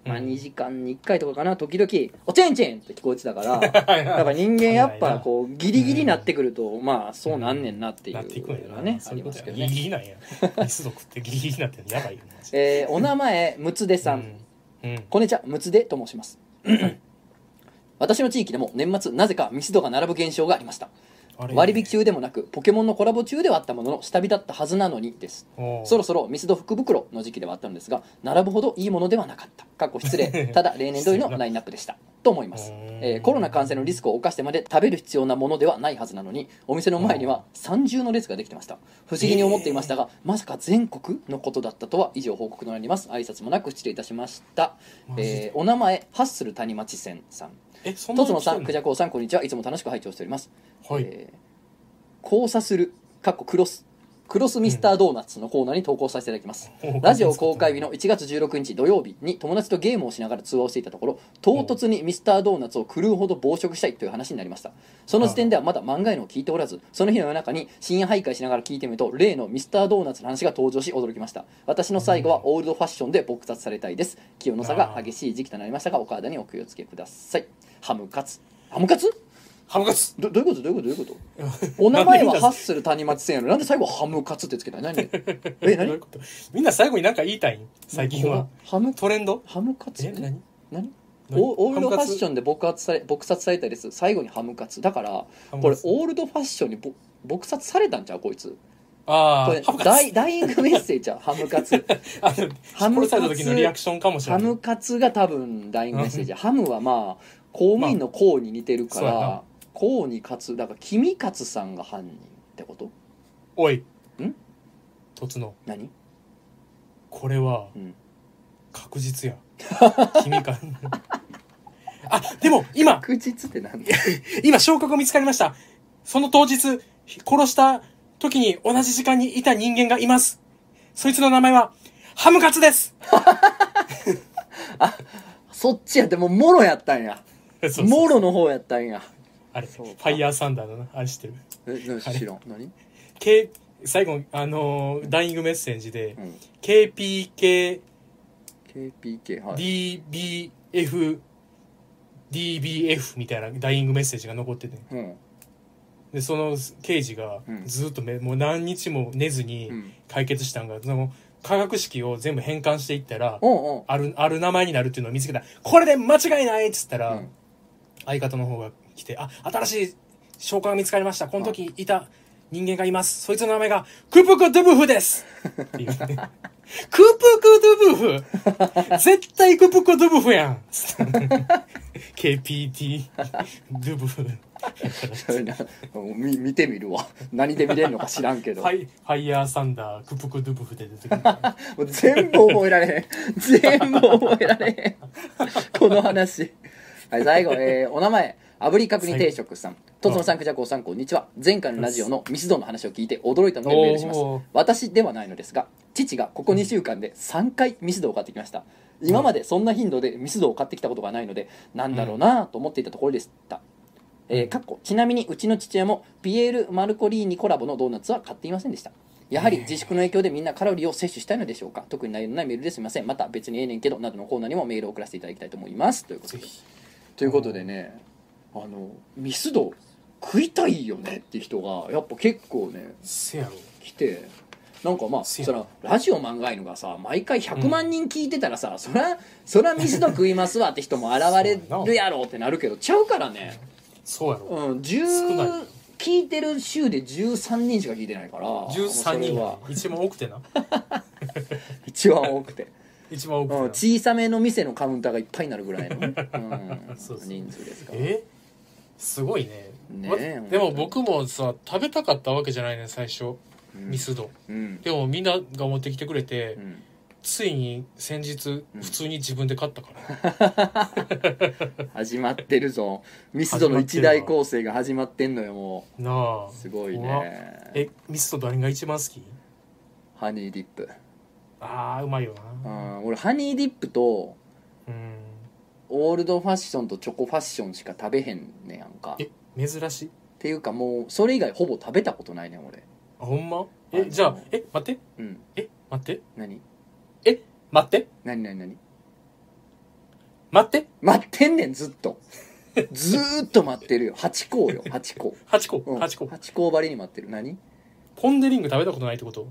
S1: まあ、
S2: うん
S1: 2時間に1回とかかな時々「おちんちん!」って聞こえてたから だから人間やっぱこうギリギリになってくるとまあそうなんねんなっていう
S2: なっていくんや
S1: の
S2: な
S1: はねあ
S2: そう
S1: り
S2: いうこ
S1: ます
S2: とや
S1: けど
S2: ギリ
S1: ね
S2: ギリなんやミス族ってギリギリになってるのやばいよマジで
S1: えーお名前むつでさん、
S2: うんうん
S1: こんにちはむつでと申し ます私の地域でも年末なぜかミスドが並ぶ現象がありました
S2: あれ
S1: 割引中でもなくポケモンのコラボ中ではあったものの下火だったはずなのにです
S2: おう
S1: そろそろミスド福袋の時期ではあったのですが並ぶほどいいものではなかったかっこ失 礼ただ例年通りのラインナップでしたと思います
S2: う、ん
S1: えーコロナ感染のリスクを冒してまで食べる必要なものではないはずなのにお店の前には三重の列ができてました不思議に思っていましたが、まさか全国のことだったとは以上報告となります挨拶もなく失礼いたしました、
S2: マジで
S1: えーお名前ハッスル谷町線さん
S2: えそんな
S1: とつ
S2: に
S1: のさ
S2: 来て
S1: ん
S2: の
S1: くじゃこうさんこんにちはいつも楽しく拝聴しております
S2: はい
S1: えー交差するかっこクロスクロスミスタードーナツのコーナーに投稿させていただきます、
S2: お
S1: ラジオ公開日の1月16日土曜日に友達とゲームをしながら通話をしていたところ唐突にミスタードーナツを狂うほど暴食したいという話になりましたその時点ではまだ漫画へのを聞いておらずその日の夜中に深夜徘徊しながら聞いてみると例のミスタードーナツの話が登場し驚きました私の最後はオールドファッションで撲殺されたいです気温の差が激しい時期となりましたがお体にお気をつけくださいハムカツハムカツ
S2: ハムカツ
S1: どどういうことどういうことどういうことお名前はハッスル谷町線やのになんで最後ハムカツってつけたい何え
S2: どういう
S1: 何
S2: ことみんな最後に何か言いたいん 最近は
S1: ハム
S2: トレンド
S1: ハムカツ
S2: え何
S1: 何
S2: 何
S1: オオールドファ
S2: ハムカ
S1: ッ
S2: ツ
S1: ションで撲殺され撲殺されたりです最後にハムカツだから
S2: ハ
S1: こ
S2: ムカ
S1: れ
S2: ツ
S1: オールドファッションにぼ撲殺されたんちゃうこいつ
S2: あ
S1: こ
S2: あ
S1: れ
S2: ハムカ
S1: ダ
S2: ツ
S1: イダイイングメッセージはハムカ ツ
S2: あの
S1: ハムカツ
S2: 殺された時のリアクションかもしれ
S1: ハ
S2: ない
S1: ムカツが多分ダイイングメッセージハムはまあ公務員の公に似てるか
S2: まあそうやな
S1: ら公に勝つだから君勝さんが犯人ってこと
S2: おい
S1: ん
S2: とつの
S1: 何
S2: これは
S1: うん
S2: 確実や君かあでも今
S1: 確実ってなんだ
S2: 今証拠が見つかりましたその当日殺した時に同じ時間にいた人間がいますそいつの名前はハムカツです
S1: そっちやってもうモロやったんや
S2: そうそう
S1: モロの方やったんや
S2: あれフ
S1: そうか
S2: ァイヤーサンダーだなあれ知ってる
S1: え何知らん何、
S2: K 最後あのーダイイングメッセージで
S1: うん
S2: KPK
S1: KPK はい
S2: DBF、DBF みたいなダイイングメッセージが残ってて
S1: うん
S2: でその刑事が
S1: うん
S2: ずっとめ、もう何日も寝ずに
S1: うん
S2: 解決したんが、その化学式を全部変換していったら、
S1: おうおう
S2: あるある名前になるっていうのを見つけたこれで間違いないっつったら、
S1: うん
S2: 相方の方が来てあ新しい証拠が見つかりましたこの時いた人間がいますそいつの名前がクプクドゥブフですっていうねクプクドゥブフ絶対クプクドゥブフ やん KPT ドゥブフ
S1: それなもう見見て みるわ何で見れるのか知らんけど、
S2: ファイファイヤーサンダークプクドゥブフで出てくるあ
S1: もう全部覚えられへん全部覚えら れへんこの話はい最後、えーお名前炙り角煮定食さんとつのさんくじゃこうさんこんにちは前回のラジオのミスドの話を聞いて驚いたのでメールします
S2: おー
S1: 私ではないのですが父がここ2週間で3回ミスドを買ってきました今までそんな頻度でミスドを買ってきたことがないのでなんだろうなぁと思っていたところでした、えーかっこちなみにうちの父親もピエール・マルコリーニコラボのドーナツは買っていませんでしたやはり自粛の影響でみんなカロリーを摂取したいのでしょうか特に内容のないメールですみませんまた別にええねんけどなどのコーナーにもメールを送らせていただきたいと思いますということ
S2: ぜ
S1: で
S2: ひ
S1: ということでねあのミスド食いたいよねって人がやっぱ結構ね
S2: せやろ
S1: 来てなんかまあ
S2: せ
S1: そ
S2: や
S1: のラジオ漫画のがさ毎回100万人聞いてたらさ、そらそらミスド食いますわって人も現れるやろってなるけどちゃうからね、
S2: そうやろ、
S1: うん、
S2: 少ない
S1: 10聞いてる週で13人しか聞いてないから
S2: 13
S1: それ
S2: 人
S1: は
S2: が一番多くてな
S1: 一番多く て、
S2: 一番多く
S1: うん、
S2: てな
S1: 小さめの店のカウンターがいっぱいになるぐらい の、うん
S2: そうそう
S1: 人数ですから
S2: えすごいね
S1: ね
S2: わ
S1: え
S2: でも
S1: 本当
S2: 僕もさ食べたかったわけじゃないね最初
S1: うん
S2: ミスド、
S1: うん
S2: でもみんなが持ってきてくれて、
S1: うん
S2: ついに先日
S1: うん
S2: 普通に自分で買ったから、
S1: 始まってる ぞミスドの一大構成が始まってんのよも
S2: なあ
S1: うすごい
S2: 怖っ
S1: ね
S2: えミスド誰が一番好き
S1: ハニーディップ
S2: ああうまいよ
S1: う
S2: な、
S1: ん俺ハニーディップと
S2: うん、
S1: オールドファッションとチョコファッションしか食べへんねやんかっ
S2: え珍しい
S1: ていうかもうそれ以外ほぼ食べたことないねん俺
S2: あほんま
S1: あ
S2: え
S1: の
S2: じゃあえ待って
S1: うん
S2: え待って
S1: 何
S2: 待って
S1: 何何何
S2: 待って
S1: 待ってんねんずっとずーっと待ってるよ8個よ8個
S2: 8個
S1: うん
S2: 8個、
S1: 八個ばりに待ってる何
S2: ポン・デ・リング食べたことないってこと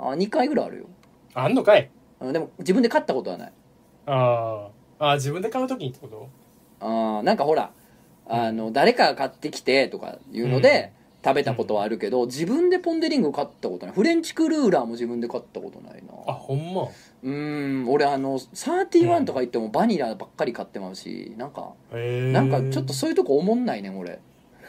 S1: あ2回ぐらいあるよ
S2: あんのかい
S1: うんでも自分で買ったことはない
S2: あーあー自分で買うときにってこと
S1: あーなんかほらあの誰かが買ってきてとかいうので、食べたことはあるけど自分でポン・デ・リング買ったことないフレンチクルーラーも自分で買ったことないな
S2: あほんま
S1: うーん俺あの31とか行ってもバニラばっかり買ってまうしなんか
S2: え
S1: なんかちょっとそういうとこ思んないねん俺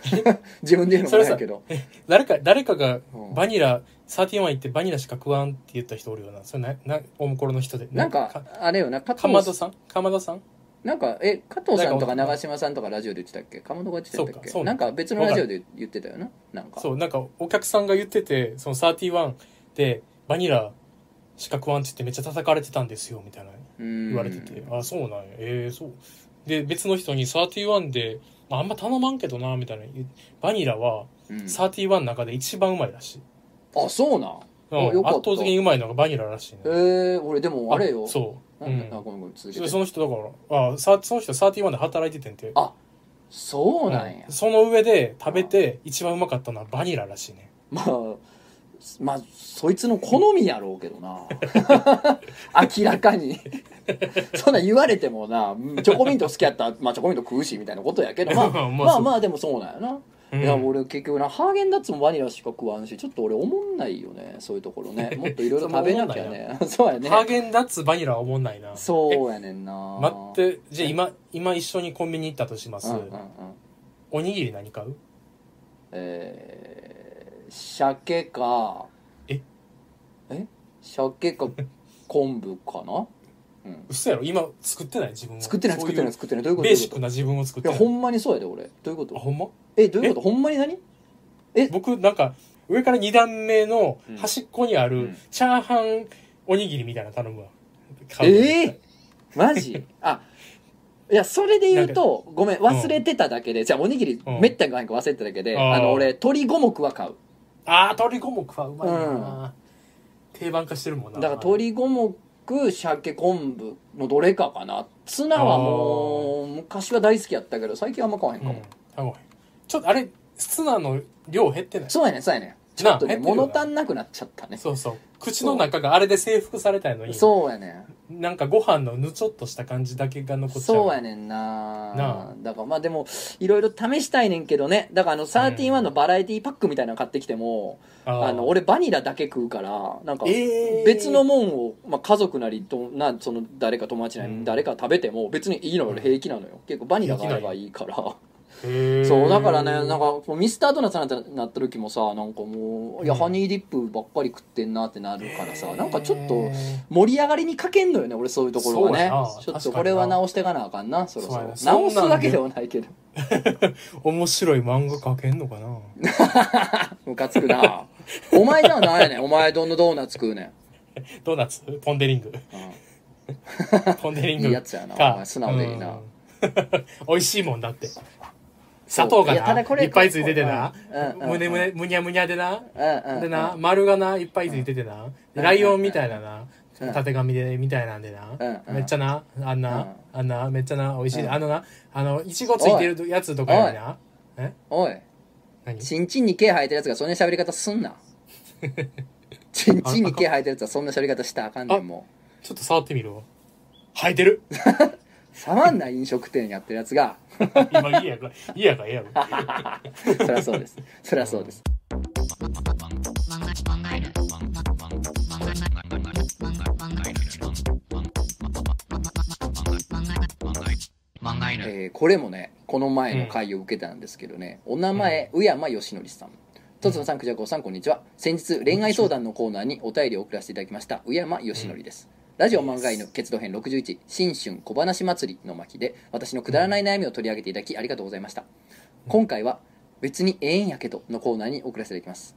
S1: 自分で言うのもないけど
S2: 誰か誰かが
S1: うん
S2: バニラ31行ってバニラしか食わんって言った人おるよなそれななおもころの人で
S1: なんかあれよな加
S2: かま
S1: 藤
S2: どさんかまどさん
S1: なんかえ加藤さんとか
S2: なんか
S1: 長嶋さんとかラジオで言ってたっけ鎌田が言ってた
S2: そう
S1: っ
S2: か
S1: け
S2: そう
S1: な
S2: なんん
S1: か別のラジオで言ってたよななんか
S2: そうなんかお客さんが言っててその31でバニラしか食わんって言ってめっちゃ叩かれてたんですよみたいな
S1: 言
S2: 言われてて、あそうなんやえー、そうで別の人に31で、まあ、あんま頼まんけどなみたいな言うバニラは
S1: うん
S2: 31の中で一番うまいらしい、
S1: あそうなん
S2: うん
S1: あよかった
S2: 圧倒的にうまいのがバニラらしいね
S1: えー、俺でもあれよ
S2: そう、
S1: なんだ
S2: う
S1: あごめんごめん続け
S2: で
S1: て
S2: その人だからあさその人31で働いててんて
S1: あそうなんや
S2: うんその上で食べて一番うまかったのはバニラらしいね
S1: まあまあそいつの好みやろうけどな 明らかにそんなん言われてもなうんチョコミント好きやったら、まあ、チョコミント食うしみたいなことやけど、まあ、
S2: まあ
S1: まあ
S2: そう
S1: まあでもそうなんやな
S2: うん
S1: いや俺結局なハーゲンダッツもバニラしか食わんしちょっと俺思んないよねそういうところねもっといろいろ食べなき ゃねそうやね
S2: ハーゲンダッツバニラは思んないな
S1: そうやねんな
S2: え待ってじゃあ今今一緒にコンビニ行ったとします、
S1: うんうんうん
S2: おにぎり何買う
S1: えー、鮭か
S2: え
S1: え鮭か昆布かな、うん、
S2: 嘘やろ今作ってない自分を
S1: 作ってない作ってない
S2: そう
S1: 作ってないどういう
S2: う
S1: こと
S2: ベーシック
S1: ど
S2: な自分を作っ
S1: ういうこと
S2: て
S1: い
S2: ない
S1: やほんまにそうやで俺どういうこ
S2: あ
S1: と
S2: ほんま
S1: えどういうことほんまに何
S2: 僕なんか上から2段目の端っこにあ
S1: う
S2: る
S1: ん
S2: チャーハンおにぎりみたいなの頼むわ買うの
S1: ええマ ジあいやそれで言うとごめん忘れてただけで、じゃあおにぎり
S2: うん
S1: めったにご飯か忘れてただけで、
S2: あー
S1: あの俺鶏五目は買う
S2: ああ鶏五目はうまいな、定番化してるもんな
S1: だから鶏五目鮭昆布のどれかかなツナはもう昔は大好きやったけど最近はあんま買わへん
S2: う
S1: か
S2: ん
S1: も、
S2: 卵ちょっとあれツナの量減ってない
S1: そうやねんそうやねんちょ
S2: な
S1: っとね
S2: 減ってるよ
S1: 物
S2: な
S1: 足んなくなっちゃったねそ
S2: そうそう口の中があれで征服されたの
S1: う
S2: に
S1: やねん
S2: なんかご飯のぬちょっとした感じだけが残っちゃう
S1: そうやねんな
S2: なあ
S1: だからまあでもいろいろ試したいねんけどねだからあの31のバラエティパックみたいなの買ってきても、
S2: あ
S1: あの俺バニラだけ食うからなんか
S2: えー
S1: 別のもんを、まあ、家族なりとなその誰か友達な
S2: う
S1: り
S2: ん
S1: 誰か食べても別にいいの
S2: うん
S1: 俺平気なのよ結構バニラがあればいいから
S2: へー
S1: そうだからねなんかこうミスタードーナツなんてなった時もさなんかもういや
S2: うん
S1: ハニーディップばっかり食ってんなってなるからさなんかちょっと
S2: へー
S1: 盛り上がりに欠けんのよね俺そういうところは
S2: そう
S1: ね
S2: や
S1: ちょ
S2: な
S1: っ
S2: 確か
S1: と
S2: にな
S1: これは直していかなあかんなそろそ
S2: そうや
S1: ろ
S2: なそん
S1: 直
S2: なんです
S1: わけではないけど
S2: 面白い漫画描けんのかな
S1: ムカつくな お前じゃないねんお前どんなドーナツ食うねん
S2: ドーナツポンデリング
S1: うん
S2: ポンデリング
S1: いいやつやな
S2: か
S1: お前素直でいいな
S2: うん 美味しいもんだって砂糖が
S1: いやた
S2: な
S1: だこれ
S2: いっぱいついててな
S1: うんうんうん
S2: むねむねむにゃむにゃでな
S1: うんうん
S2: でな
S1: うん
S2: 丸がないっぱいついててな
S1: うん
S2: ライオンみたいな
S1: う
S2: な
S1: ん
S2: 縦紙でみたいなんでな
S1: うん
S2: めっちゃなあんなあんなめっちゃな美味
S1: う
S2: しい
S1: ん
S2: あのなあのいちごついてるやつとかよりなえ
S1: おい
S2: 何
S1: ちんちんに毛生えてるやつがそんな喋り方す んなちんちんに毛生えてるやつはそんな喋り方したらあかんねんもう
S2: ちょっと触ってみるわ生えて る
S1: 触んな飲食店やってるやつが
S2: 今いいやからいいやからいいやから
S1: そりゃそうですそりゃそうですえーこれもねこの前の回を受けたんですけどね、お名前宇山義則さんとつのさんくじゃこさんこんにちは先日恋愛相談のコーナーにお便りを送らせていただきました宇山義則です、ラジオ漫画犬結露編61新春小話祭りの巻で私のくだらない悩みを取り上げていただきありがとうございました今回は別にええんやけどのコーナーに送らせていただきます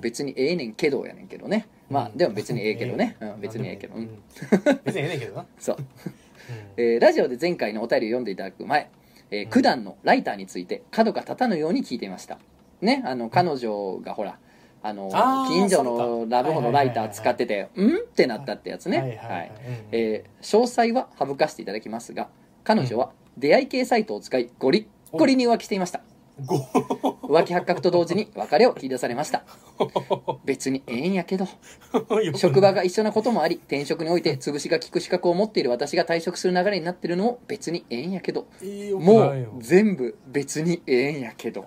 S1: 別にええねんけどやねんけどね まあでも別にええけど ね、うん、別にええけど、う、
S2: うんん別にええねんけど な
S1: そう
S2: うん
S1: えーラジオで前回のお便りを読んでいただく前、えー、九段のライターについて角が立たぬように聞いていましたねあの彼女がほらあの
S2: あー
S1: 近所
S2: そ
S1: の
S2: うか
S1: ラブホのライター使ってて「うん?」ってなったってやつね
S2: はいはい
S1: は
S2: はいい
S1: えー詳細は省かせていただきますが彼女は出会い系サイトを使いゴリッゴリに浮気していました
S2: ご
S1: 浮気発覚と同時に別れを切り出されました別にええんやけど
S2: よく
S1: 職場が一緒なこともあり転職において潰しが効く資格を持っている私が退職する流れになってるのも別にええんやけど
S2: いいよ
S1: も
S2: ないよ
S1: う全部別にええんやけ ど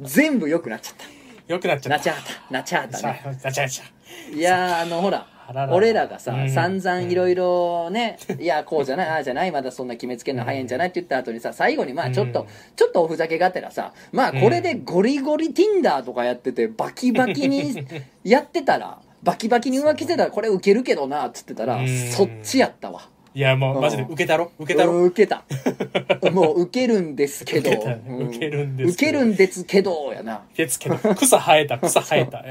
S1: 全部良くなっちゃっ
S2: よくなっち
S1: た
S2: ゃ
S1: な
S2: っ。
S1: ちゃったなちゃったたね
S2: なちゃなちゃ。
S1: いやーあのほら
S2: あらら
S1: 俺らがさ、
S2: うん
S1: 散々いろいろね、いやこうじゃないああじゃないまだそんな決めつけんの早いんじゃないって言った後にさ最後にまあちょっと、
S2: うん
S1: ちょっとおふざけがてらさまあこれでゴリゴリ Tinder とかやっててバキバキ にやってたらバキバキに浮気してたらこれウケるけどなっつってたら、
S2: うん
S1: そっちやったわ。
S2: いや、も
S1: う
S2: う、
S1: ん
S2: マジで、受けたろ受けた
S1: う
S2: ろ
S1: ん受け たもう受けるんですけど
S2: 受けたね
S1: うん
S2: 受けるんです
S1: 受
S2: け
S1: け
S2: ど
S1: るんですけどやな
S2: 手つけど、草 生えた、草生えた。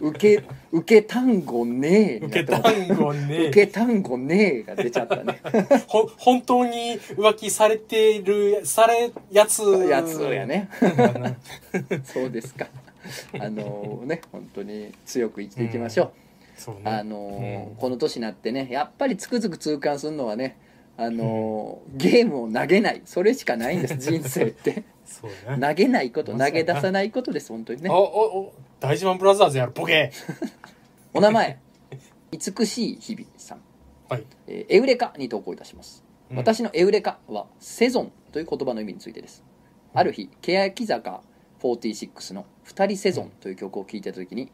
S1: 受け受け単語ねえ
S2: 受け単語
S1: 受
S2: ね、
S1: け単語ねえが出ちゃったね
S2: ほん本当に浮気されてる、され、やつ。
S1: やつや。ねそうですかあのね本当に強く生きていきましょ
S2: そ
S1: う、
S2: うね。
S1: あの
S2: うん
S1: この年になってねやっぱりつくづく痛感するのはねあのゲームを投げないそれしかないんです人生って
S2: そうね。
S1: 投げないこと投げ出さないことです本当にね
S2: お、お、お、大事マンブラザーズやろ、ボケ。
S1: お名前美しい日々さん、
S2: はい。
S1: えーエウレカに投稿いたします、
S2: うん
S1: 私のエウレカはセゾンという言葉の意味についてですある日欅坂46の「二人セゾン」という曲を聴いてた時に「
S2: うん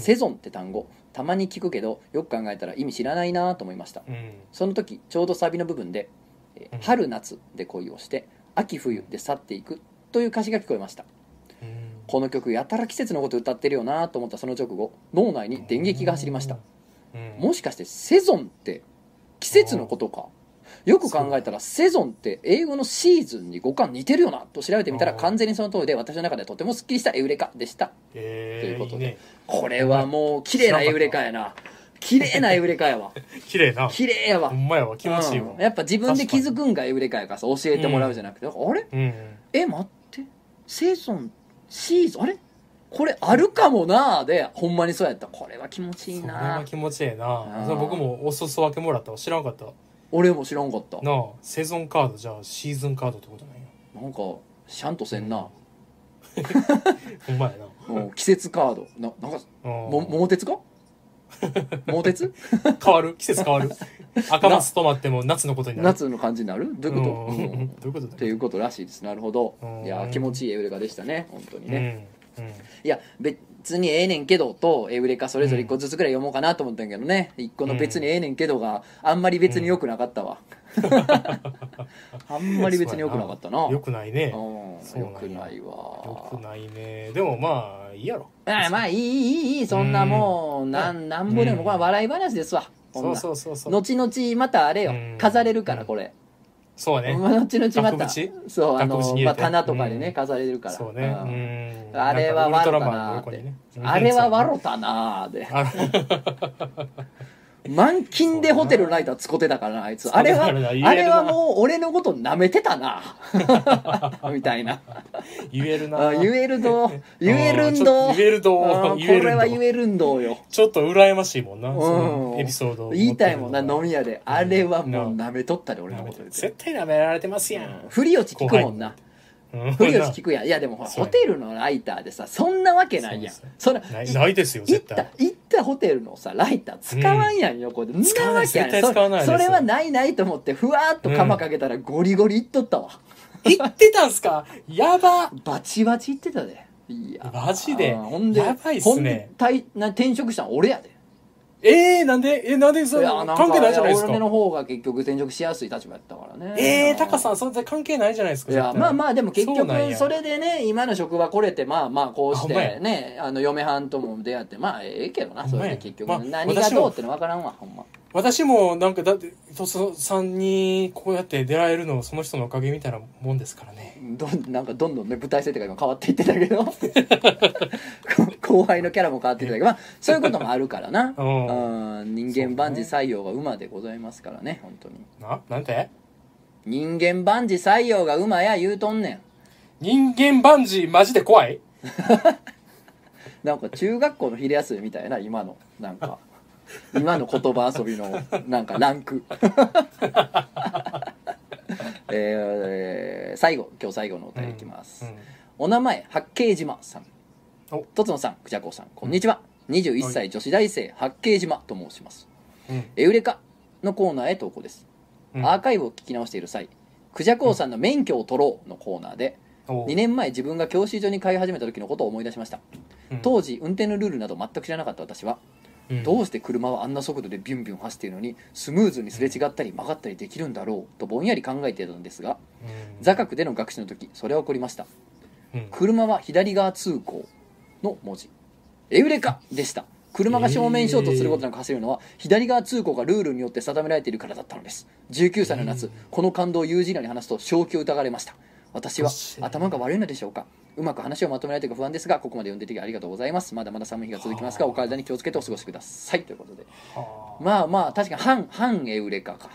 S1: セゾン」って単語たまに聞くけどよく考えたら意味知らないなと思いました
S2: うん
S1: その時ちょうどサビの部分でえー
S2: う
S1: 「
S2: ん
S1: 春夏」で恋をして「秋冬」で去っていくという歌詞が聞こえました
S2: うん
S1: この曲やたら季節のこと歌ってるよなと思ったその直後脳内に電撃が走りました
S2: うん
S1: もしかしてセゾンって季節のことかよく考えたらセゾンって英語のシーズンに語感似てるよなと調べてみたら
S2: あー
S1: 完全にその通りで私の中でとてもすっきりしたエウレカでした
S2: え
S1: とい
S2: ー
S1: うことで
S2: いね
S1: これはもう綺麗なエウレカやな綺麗なエウレカや わ
S2: 綺麗な
S1: 綺麗やわ
S2: ほんまやわ気持ちいいわ
S1: うんやっぱ自分で気づくんがエウレカやからさ教えてもらうじゃなくて、あれ
S2: うん
S1: え待ってセゾンシーズンあれこれあるかもなーでほんまにそうやったこれは気持ちいい
S2: それは
S1: な
S2: 気持ちええな
S1: うん
S2: それ僕もお裾分けもらったわ知らんかったわ
S1: 俺も知らんかったな
S2: なあセゾンカードじゃあシーズンカードってことなんや
S1: んかシャンとせんな、
S2: ほんまやな
S1: うん季節カードななんか
S2: うん
S1: も桃鉄 か桃鉄
S2: 変わる季節変わ る赤マス止まっても夏のことになる
S1: 夏の感じになるどういうこと、
S2: うん
S1: うんっ
S2: どういうことだ
S1: ていうことらしいですなるほど
S2: うん
S1: いやー気持ちいいエウレカでしたね本当にね、
S2: うんうん
S1: いや別にええねんけどとエウレカそれぞれ1個ずつぐらい読もうかなと思ったんやけどね1個の別にええねんけどがあんまり別に良くなか ったわ、あんまり別に良くなかったな
S2: よくないねよ
S1: う
S2: そ
S1: ん、
S2: う
S1: よ
S2: なんや
S1: くないわ
S2: くないねでもまあいいやろ
S1: ああまあいいいいいいそんなもうなんなんぼでもこれは笑い話ですわこん
S2: そ
S1: な
S2: うそうそうそう
S1: 後々またあれよ
S2: うん
S1: 飾れるからこれ、
S2: そうね
S1: まあ後々また
S2: 額縁
S1: そうあの
S2: 額縁に入れて
S1: まあ、棚とかでね、
S2: うん
S1: 飾れるから
S2: そうね
S1: うん
S2: うん
S1: あれは
S2: なん
S1: ワ
S2: かウ
S1: ロ
S2: ルト
S1: か
S2: ラマン
S1: な
S2: の
S1: っ
S2: 横
S1: て、
S2: にねうん
S1: あれはワ
S2: そ
S1: ロかなーで
S2: う あ
S1: 満勤でホテルのライターつこてたからなあいつ
S2: そうだ
S1: あれは
S2: あれだ言えるな
S1: あれはもう俺のこと舐めてたな みたいな
S2: 言えるな
S1: あ言える ど言えるん
S2: ちょ
S1: ど
S2: っと言える
S1: あ
S2: ど
S1: こ
S2: 言え
S1: れは
S2: る
S1: 言
S2: ど
S1: えるんどよ
S2: ちょっと羨ましいもんなその
S1: うん
S2: エピソードを持ってる
S1: 言
S2: の
S1: いたいもんな飲み屋であれはもう
S2: な
S1: 舐めとったで俺のこと言って
S2: 絶対舐められてますやん
S1: 振り落ち聞くもんな
S2: うん
S1: 振り落ち 聞くやんいやでもほら
S2: そう
S1: ホ
S2: や
S1: テルのライターでさそんなわけないやん
S2: そ
S1: そ
S2: うです
S1: んな
S2: ない
S1: い
S2: ないですよ
S1: 行っ
S2: 絶
S1: た
S2: 対
S1: 行ったホテルのさライター使わんやん横で、ん、
S2: 使わな
S1: や
S2: い
S1: ん
S2: 絶対使わないです
S1: それそれはないないと思ってふわーっと鎌かけたらゴリゴリいっとったわ、
S2: 行ってたんすかやば
S1: バチバチいってたでいや
S2: マジで
S1: うんほんで
S2: やばいっすね
S1: ほんでたいな転職したん俺やで
S2: えー、なんでえなんでそ
S1: い
S2: れ
S1: やなんか
S2: 関係ないじゃないです
S1: や俺
S2: か
S1: の方が結局転職しやすい立場やったからね
S2: えー、タカさ
S1: ん
S2: んそれ関係ないじゃないですか
S1: いやまあま
S2: あ
S1: あでも結
S2: そうなん
S1: 局
S2: や
S1: それでね今の職場来れてまあまあこうし
S2: あほんま
S1: て
S2: や
S1: ねあの嫁はんとも出会ってまあええけどなそれで結局
S2: ほんまや
S1: 何がどうっての分からんわほんま
S2: 私もなんかだってとそさんにこうやって出られるのその人のおかげみたいなもんですからね
S1: どんなんかどんどんね舞台設定が今変わっていってたけど こ後輩のキャラも変わっていってたけど、まあ、そういうこともあるからな
S2: うん
S1: うん人間万事採用が馬でございますからね本当に
S2: ななんて
S1: 人間万事採用が馬や言うとんねん
S2: 人間万事マジで怖い
S1: なんか中学校の昼休みみたいな今のなんか今の言葉遊びのなんかランク えー最後今日最後のお便りいきます、
S2: うん
S1: お名前八景島さん
S2: お
S1: とつのさんくじゃこさんこんにちは、21歳女子大生八景島と申します
S2: うん
S1: エウレカのコーナーへ投稿です、
S2: うん
S1: アーカイブを聞き直している際クジャコウさんの免許を取ろうのコーナーで、
S2: おう
S1: 2年前自分が教習所に通い始めた時のことを思い出しました
S2: うん
S1: 当時運転のルールなど全く知らなかった私は、
S2: うん
S1: どうして車はあんな速度でビュンビュン走っているのにスムーズにすれ違ったり曲がったりできるんだろうとぼんやり考えていたのですが
S2: うん
S1: 座学での学習の時それは起こりました
S2: うん
S1: 車は左側通行の文字エウレカでした車が正面衝突することなく走るのは左側通行がルールによって定められているからだったのです19歳の夏、
S2: うん
S1: この感動を友人らに話すと正気を疑われました私は
S2: 確かに
S1: 頭が悪いのでしょうかうまく話をまとめられてか不安ですがここまで読んでいただきありがとうございますまだまだ寒い日が続きますが
S2: はあ
S1: お体に気をつけてお過ごしくださいということで
S2: はあ
S1: まあまあ確かに半半エウレカか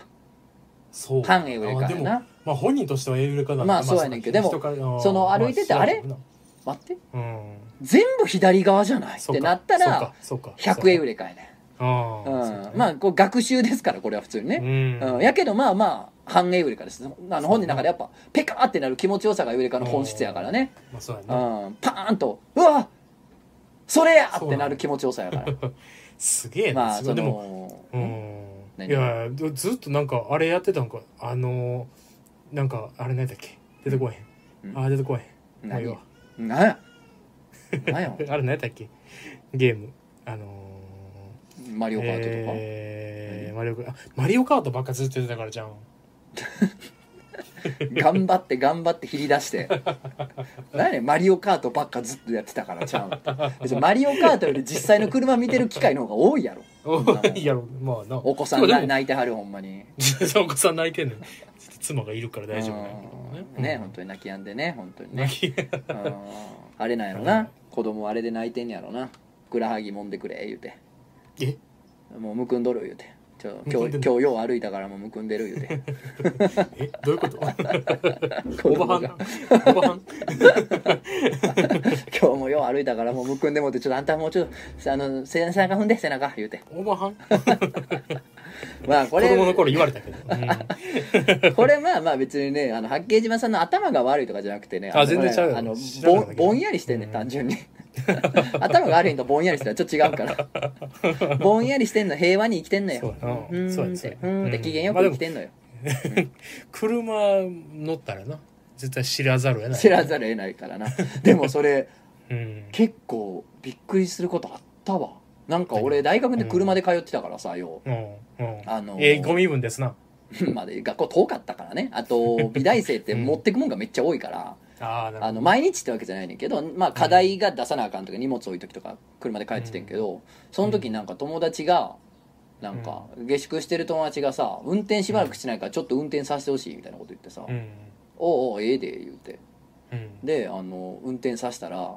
S2: そう
S1: 半エウレカ
S2: あで
S1: や
S2: も
S1: な
S2: まあ本人としてはエウレカだ
S1: まあそうやねんけど
S2: 人から
S1: でも
S2: うん
S1: その歩いてて
S2: ま
S1: あれ
S2: そうやろ
S1: 待って
S2: うなうん
S1: 全部左側じゃないっ
S2: そうか
S1: てなったら
S2: そうかそうか
S1: 100エウレカやね
S2: ああそう
S1: う
S2: だ
S1: ん
S2: ね
S1: まあこう学習ですからこれは普通に
S2: う
S1: ね、
S2: ん
S1: うんやけどまあまあ半エウレカですあの本人の中でやっぱペカーってなる気持ちよさがエウレカの本質やからね、
S2: まあそうや
S1: う
S2: な、
S1: ん、パーンと「うわそれや!」ってなる気持ちよさやから
S2: すげえな、
S1: まあ
S2: すご
S1: そ
S2: いでも
S1: の
S2: うん
S1: 何
S2: いやいやずっとなんかあれやってたんかあのーなんかあれ何だっけ出てこへんあー出てこいもうい
S1: 何
S2: いわ
S1: 何や何や
S2: あれ何やったっけゲームあの
S1: マリ
S2: ー
S1: オカートとか、
S2: えーマリオカあマリオカートばっかずっと言ってたからじゃん
S1: 頑張って頑張って切り出して何やねんマリオカートばっかずっとやってたからちゃうん別にマリオカートより実際の車見てる機会の方が多いやろ
S2: おいやろまあな
S1: お子さん
S2: でもで
S1: な
S2: も
S1: 泣いてはるほんまに
S2: そうお子さん泣いてんの妻がいるから大丈夫なんやけど
S1: うんね本当に泣き止んでね本当にね
S2: 泣き
S1: うんあれなんやろな子供あれで泣いてんやろなふくらはぎ揉んでくれ言うて
S2: え
S1: もうむくんどる言うてちょ
S2: むく
S1: 今
S2: ん
S1: 日
S2: でんの
S1: 今日よう歩いたからもうむくんでる言うて
S2: えどういうこ と
S1: 子
S2: お
S1: 供
S2: ばは
S1: が
S2: んおばはん
S1: 今日もよう歩いたからもうむくんでもってちょっとあんたもうちょっとあの背中踏んで背中言うて
S2: おばはん
S1: まあこ
S2: 子
S1: れ
S2: 供の頃言われたけど、うん
S1: これまあまあ別にねあの八景島さんの頭が悪いとかじゃなくてね
S2: あ全然ちゃうよ
S1: あの
S2: 知らな
S1: ぼ
S2: かった
S1: ん
S2: けど
S1: ぼんやりしてんね、
S2: うん
S1: 単純に 頭が悪いのとぼんやりしてたらちょっと違うから ぼんやりしてんの平和に生きてんの
S2: そう
S1: よ
S2: やな
S1: ふー
S2: そうん
S1: っ
S2: や
S1: て
S2: そうや
S1: ふーんって機嫌よく
S2: まあで
S1: 生
S2: も
S1: きてんのよ、
S2: 車乗ったらな絶対知らざるを得ない
S1: 知らざるを得ないからなでもそれ
S2: うん
S1: 結構びっくりすることあったわなんか俺大学で車で通ってたからさよ
S2: うんうん
S1: あのー
S2: ええゴミ分ですな
S1: う まあで学校遠かったからねあと美大生って持ってくもんがめっちゃ多いから、
S2: ああなる
S1: あ
S2: ほ
S1: の
S2: ど
S1: 毎日ってわけじゃないねんけど、まあ、課題が出さなあかんとか荷物置いときとか車で帰っててんけど、その時になんか友達がなんか下宿してる友達がさ運転しばらくしてないからちょっと運転させてほしいみたいなこと言ってさ「
S2: うん
S1: おうおうええで」言うて
S2: うん
S1: であの運転させたら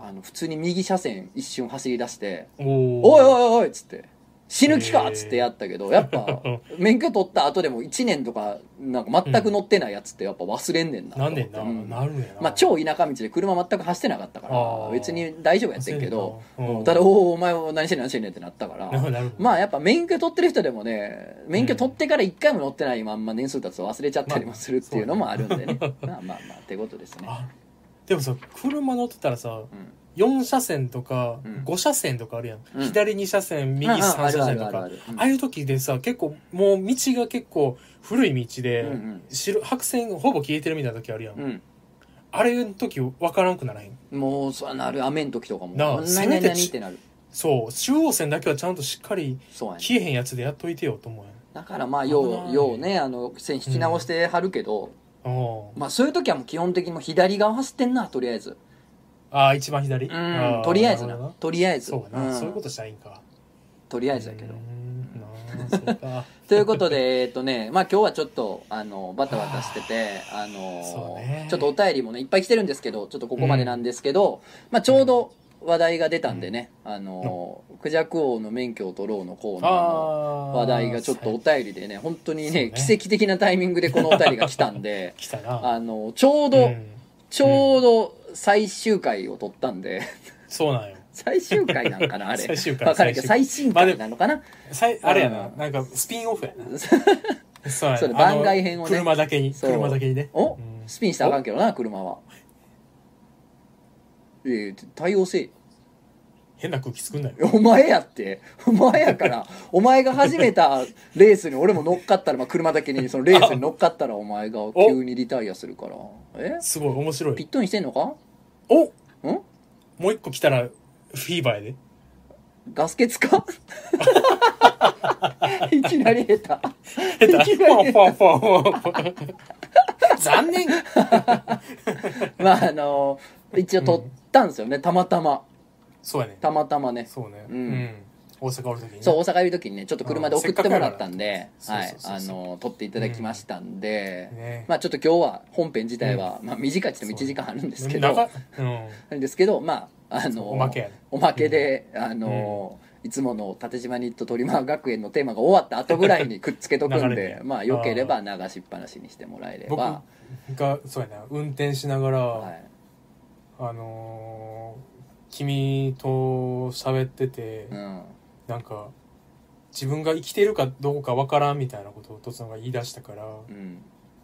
S1: あの普通に右車線一瞬走り出して
S2: うん
S1: 「
S2: お
S1: おい
S2: い
S1: おいおい」っつって「死ぬ気か!」
S2: へえ
S1: っつってやったけどやっ ぱ免許取った後でも1年とかなんか全く乗ってないやつってやっぱ忘れんねんなと思
S2: な
S1: っ
S2: ん
S1: て、
S2: でんな、
S1: うん
S2: なるんやな
S1: まあ、超田舎道で車全く走ってなかったか
S2: あ
S1: ら
S2: ー
S1: 別に大丈夫やってんけど
S2: 焦るなうん
S1: ただ「おおお前は何してんねん何してんねん」ってなったか
S2: な
S1: ら
S2: なるほど
S1: まあやっぱ免許取ってる人でもね免許取ってから一回も乗ってないまんま年数経つと忘れちゃったりもするっていうのもあるんで ねまあまあまあってことですね
S2: あでもさ車乗ってたらさ
S1: うん
S2: 4車線とか
S1: うん
S2: 5車線とかあるやん、
S1: うん
S2: 左2車線右
S1: あ
S2: 3
S1: あ
S2: 車
S1: あ
S2: 線
S1: る
S2: と
S1: あるあ
S2: か
S1: るあるうん
S2: ああいう時でさ結構もう道が結構古い道で、
S1: うんうん
S2: 白白線ほぼ消えてるみたいな時あるやん、
S1: うん
S2: あれの時分からんくならへん
S1: もうそうなる雨の時とかも「
S2: なあ
S1: 何
S2: せ
S1: 何
S2: めて
S1: 何?」ってなる
S2: そう中央線だけはちゃんとしっかり
S1: そうやね
S2: 消えへんやつでやっといてよと思う
S1: だからまあ
S2: 危
S1: よ
S2: な
S1: う
S2: い
S1: ようねあの線引き直してはるけど
S2: やんおー
S1: まあそういう時はもう基本的にもう左側走ってんなとりあえず
S2: ああ一番左
S1: うん
S2: ー
S1: とりあえず
S2: るほど
S1: なとりあえず
S2: そうやな、
S1: ん
S2: そういうことしたらいいんか
S1: とりあえずだけど
S2: うーんなあそうか
S1: ということで、えっとね、 まあ今日はちょっと、あの、バタバタしてて、あの
S2: そうね
S1: ちょっとお便りもね、いっぱい来てるんですけど、ちょっとここまでなんですけど、まあちょうど話題が出たんでね、あのクジャク王の免許を取ろうのコーナーの
S2: あー
S1: 話題がちょっとお便りでね、本当にね、
S2: そう
S1: 奇
S2: ね
S1: 跡的なタイミングでこのお便りが来たん
S2: 、
S1: で
S2: 来たな
S1: あのちょうど、
S2: うん
S1: ちょうど最終回を取ったんで、
S2: そうなんよ
S1: 最終回なんかな、あれ。
S2: 最終回
S1: わかるけど、最
S2: 最
S1: 新回なのかな、
S2: さいあれやな
S1: うん
S2: なんかスピンオフや なそうや
S1: そうだ
S2: あの
S1: 番外編をね
S2: 車だけに
S1: そう
S2: 車だけにね
S1: お、
S2: うん
S1: スピンしたらあかんけどな車はええ対応せえ
S2: 変な空気作んなよ
S1: よお前やってお前やからお前が始めたレースに俺も乗っかったら、まあ、車だけにそのレースに乗っかったらお前 が急にリタイアするからえ
S2: すごい面白
S1: ピッ
S2: い
S1: トインしてんのか
S2: お
S1: ん
S2: もう一個来たらフィーバー やで
S1: ガス欠 かいきなり下手い
S2: 下手
S1: きなり下手
S2: ポンポンポンポン残念
S1: まああの一応撮ったんですよねたまたま
S2: そうやね
S1: たまたまね
S2: そうね
S1: う
S2: うんん大阪おる時にね
S1: そう大阪いる時にねちょっと車で送ってもらったんで
S2: せっ
S1: は
S2: かくや
S1: いあ
S2: からそうそうそうそう
S1: の撮っていただきましたんで、
S2: ね
S1: まあちょっと今日は本編自体は、まあ、短いちょっと1時間あるんですけど
S2: 長
S1: ない
S2: うん
S1: んですけどまああの
S2: おまけやね
S1: おまけで、あの、いつもの縦島ニット鳥間学園のテーマが終わった後ぐらいにくっつけと くん
S2: 流れ
S1: で
S2: て
S1: まあよければ流しっぱなしにしてもらえれ
S2: 僕
S1: ば、
S2: がそうやな運転しながら、
S1: はい、
S2: あのー君と喋ってて、
S1: うん、
S2: なんか自分が生きてるかどうかわからんみたいなことをとつのが言い出したから、
S1: うん、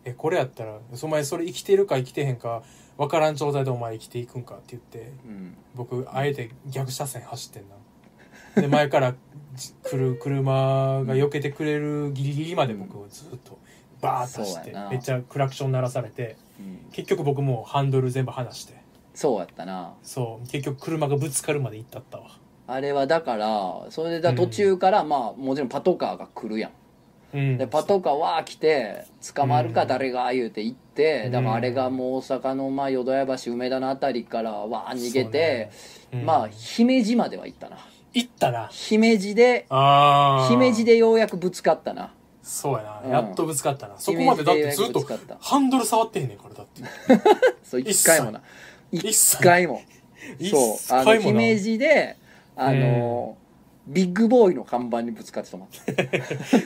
S2: えこれやったらお前それ生きてるか生きてへんかわからん状態でお前生きていくんかって言って
S1: うん、
S2: 僕あえて逆車線走ってんなで前からじ来る車が避けてくれるギリギリまで僕をずっとバーッと走っ
S1: そう
S2: て
S1: やな
S2: めっちゃクラクション鳴らされて
S1: うん
S2: 結局僕もうハンドル全部離して
S1: そうやったな
S2: そう結局車がぶつかるまで行ったったわ
S1: あれはだからそれでだ途中から、まあもちろんパトカーが来るやん
S2: うん
S1: でパトカーわー来て捕まる
S2: う
S1: か
S2: ん
S1: 誰が言うて行って、だか
S2: う
S1: ら
S2: ん
S1: あれがもう大阪のまあ淀屋橋梅田のあたりからわー逃げて、
S2: そうねうん
S1: まあ姫路までは行ったな
S2: 行ったな
S1: 姫路で
S2: ああ
S1: 姫路でようやくぶつかったな
S2: そうや
S1: う
S2: なんやっとぶつかったなそこまでだってずっ
S1: 姫路でようや
S2: と
S1: くぶつかった
S2: ハンドル触ってへんねんからだって
S1: そう一回もな
S2: 一
S1: 一
S2: 切
S1: 回もそ
S2: 一
S1: うあの
S2: 回もな
S1: 姫路であのビッグボーイの看板にぶつかって止まっ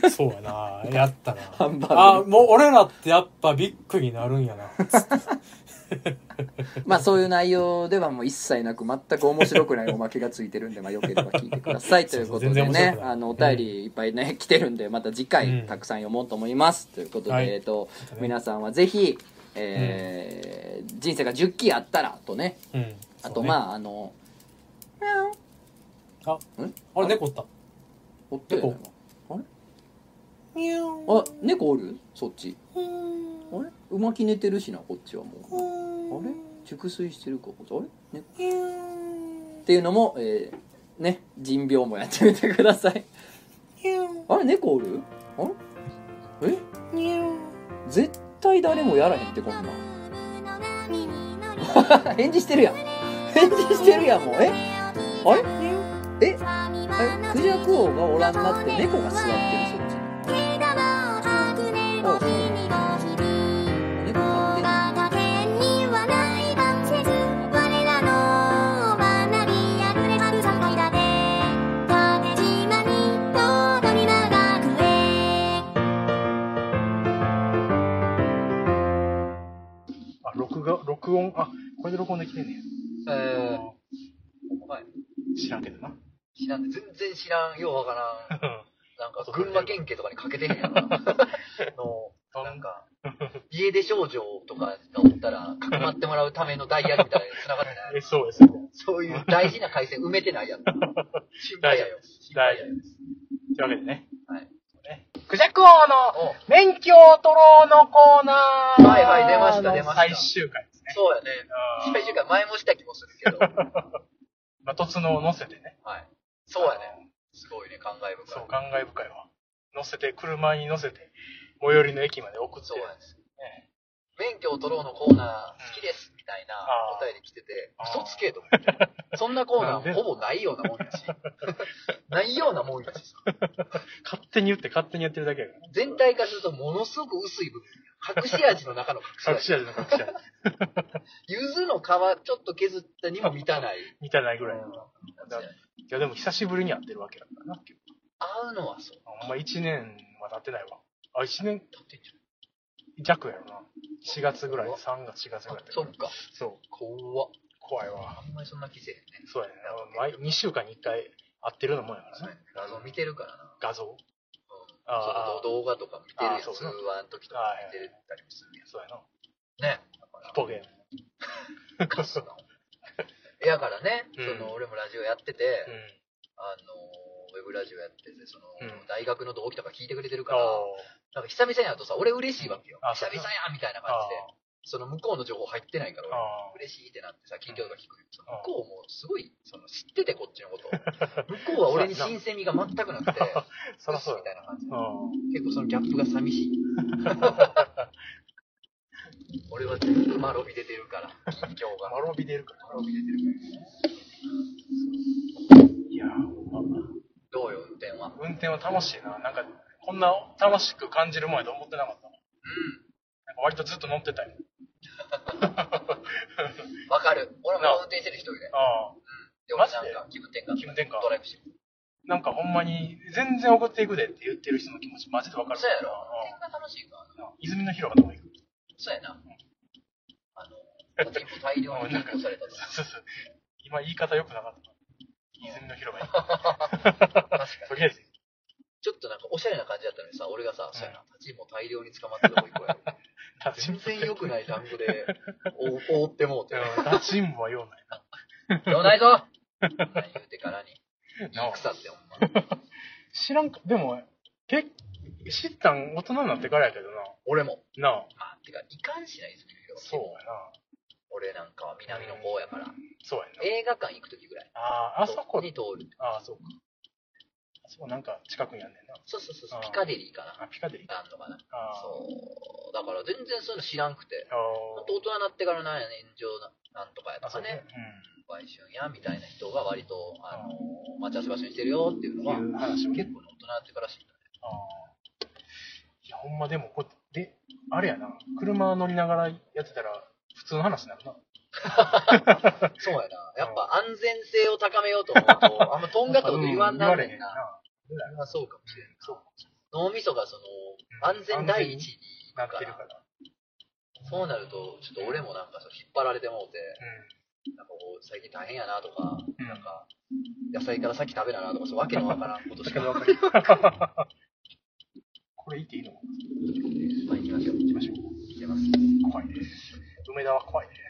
S1: た
S2: そうやなやったな
S1: ハンバーグ
S2: あもう俺らってやっぱビッグになるんやな
S1: まあそういう内容ではもう一切なく全く面白くないおまけがついてるんで、まあ、よければ聞いてくださいということで
S2: 全然面
S1: ね
S2: 白くない
S1: あのお便りいっぱいね、来てるんでまた次
S2: う
S1: 回
S2: ん
S1: たくさん読もうと思います、ということで、
S2: はい
S1: えっと
S2: ね
S1: 皆さんはぜひ、えー人生が10期あったらとね
S2: うん
S1: あと
S2: あ
S1: まああのミャオ
S2: あ
S1: ん
S2: あれ猫おった
S1: おって
S2: 猫
S1: あれ
S3: にゅー
S1: あ猫おるそっち
S3: ふーん
S1: あれうまき寝てるしなこっちはもうあ
S3: あ
S1: れ熟睡してるかこっちあれ猫
S3: れ
S1: っていうのも、えーね人病もやってみてくださいあれ猫おるあれえ絶対誰もやらへんってこん な返事してるやん 返事してるやんもうえあれええクジャク王がおらんなって猫が座ってるそっちおう猫飼ってんの
S2: あ録画録音あこれで録音できてんねん
S1: えお前
S2: 知らんけどな
S1: 知らん全然知らんようわからんなんか群馬県警とかにかけてへんやろなのなんか家出少女とかがおったらかくまってもらうためのダイヤルみたいなの繋がって ない
S2: えそうですと
S1: そういう大事な回線埋めてないやん。心配やよ。心配やよ。
S2: いうわけでね
S1: はい
S2: クジャク王の免許を取ろうのコーナー
S1: はいはい出ました出ました
S2: 最終回ですね
S1: そうやね。
S2: あー
S1: 最終回前もした気もするけど。は
S2: まあ、突のを乗せてね
S1: い。そうやね。すごいね、感慨
S2: そ
S1: 深
S2: う
S1: い。
S2: 感慨深いわ乗せて車に乗せて最寄りの駅まで送って
S1: そうやね。
S2: ね
S1: 免許を取ろうのコーナー好きですみたいな
S2: あー
S1: お便り来てて、
S2: あー
S1: 嘘つけと思って。そんなコーナーほぼないようなもんやし。ないようなもんやし。
S2: 勝手に言って勝手にやってるだけやか
S1: 全体化するとものすごく薄い部分。隠し味の中の
S2: ら
S1: 隠
S2: 隠
S1: し味。
S2: し味の隠し味
S1: 柚子の皮ちょっと削ったにも満たない。
S2: みたいないぐらいの
S1: だから
S2: いやでも久しぶりに会ってるわけだからな
S1: 合うのはそう。
S2: あんま1年は経ってないわあ1年
S1: だって
S2: 弱やろな4月ぐらい3月4月ぐらいだった
S1: そ
S2: よ
S1: っか。
S2: そう
S1: 怖っ。
S2: 怖いわ
S1: あんまりそんな気せえへんね。
S2: そうやね毎2週間に1回会ってるのもんやから
S1: そう
S2: ね
S1: やね画像見てるからな。
S2: 画像
S1: あ
S2: あ
S1: の
S2: あ
S1: 動画とか見てるやん
S2: あそう
S1: 通
S2: そう
S1: 話の時とか見てたりもする
S2: そうやな
S1: やん。ね。
S2: ポゲ
S1: カスの。いやからね、
S2: うん
S1: その俺もラジオやってて、
S2: うん
S1: あのウェブラジオやってて、その、
S2: うん
S1: 大学の同期とか聞いてくれてるか
S2: あ
S1: ら、
S2: あ
S1: なんか久々に会うとさ、俺嬉しいわけよ。
S2: あ
S1: 久
S2: そう
S1: 々やみたいな感じで、その向こうの情報入ってないから、俺
S2: あ
S1: 嬉しいってなってさ、近況とか聞くけど
S2: あ
S1: 向こうもすごいその知ってて、こっちのこと。向こうは 俺に新鮮味が全くなくて、
S2: あ そらそう
S1: みたいな感じで。
S2: やうん
S1: 結構そのギャップが寂しい。 俺は全部マロビ出てるから、近況が。
S2: マロビ出るから
S1: マロビ出てるから。
S2: いやーほんま
S1: どうよ、運転は。
S2: 運転は楽しいななんかこんな楽しく感じるもんやと思ってなかったなんか割とずっと乗ってたよ
S1: うん。わかる。俺も
S2: なあ
S1: 運転してる一人で。
S2: ああ
S1: で、
S2: マ
S1: 俺
S2: ジで
S1: なんか気分転換。
S2: 気分転換
S1: ドライブしてる。
S2: なんかほんまに全然送っていくでって言ってる人の気持ちマジでわかる
S1: そうやろ。
S2: あ
S1: 運転が楽しいからな。
S2: あ泉の広場とか行く
S1: そうやな。あの、個人庫大量に引っされたと。
S2: そうそう今言い方良くなかった泉の広場行く
S1: 確か
S2: と
S1: に。
S2: り あえず
S1: ちょっとなんかおしゃれな感じだったのにさ、俺がさ、そうやな、立ちも大量に捕まってたとこ行こうよ。
S2: 立ちん
S1: 全
S2: ぼ
S1: 然良くない単語で、お覆ってもうて。
S2: うん立ちんぼはようない
S1: どうないぞ 何言うてからに。
S2: な
S1: 草ってほんま。
S2: 知らんかでもけ知ったん大人になってからやけど
S4: 俺も。
S2: な。なあ。
S4: まあ、てか、いかんしないですけど、
S2: そうやな。
S4: 俺なんかは南の方やから、
S2: そうやな。
S4: 映画館行くときぐらい。
S2: ああ、あそこ
S4: に、通る。
S2: ああ、そうか。あそこなんか近くにあんねんな。
S4: そうそうそうそう
S2: あ、ー
S4: ピカデリーかな。
S2: あ、ピカデリーか。
S4: なんのかな。
S2: ああ。
S4: そう。だから全然そういうの知らんくて。ほんと
S2: あ
S4: 大人になってからなんやね、炎上ななんとかや
S2: あ。
S4: と
S2: あ、そ
S4: か
S2: うね
S4: ね、。売春やみたいな人が割と、あのー待ち合わせ場所にしてるよっていう
S2: う
S4: の
S2: ん。
S4: は、
S2: いう話をね
S4: 結構ね大人になってから知った。
S2: ああ。いや、ほんまでもこ、で、あれやな。車乗りながらやってたら、普通の話になるな。
S4: そうやな。やっぱ安全性を高めようと思うと、あんまとんがったこと言わんな
S2: う
S4: る
S2: 言われへん
S4: んな。
S2: な。
S4: それはそうかもしれんな
S2: そう。
S4: 脳みそがその、
S2: うん
S4: 安全第一に
S2: なっ
S4: 行く
S2: て
S4: か。
S2: るからら。
S4: そうなると、ちょっと俺もなんかそう引っ張られてもうて、
S2: う
S4: なんかこう、最近大変やなとか、
S2: ん。
S4: なんか、野菜から先食べななとか、そうわけのわからんことしか分かん
S2: これ言っていいの
S4: まあ行きましょう。
S2: 行きましょう。
S4: 行きます。
S2: 怖いね。梅田は怖いね。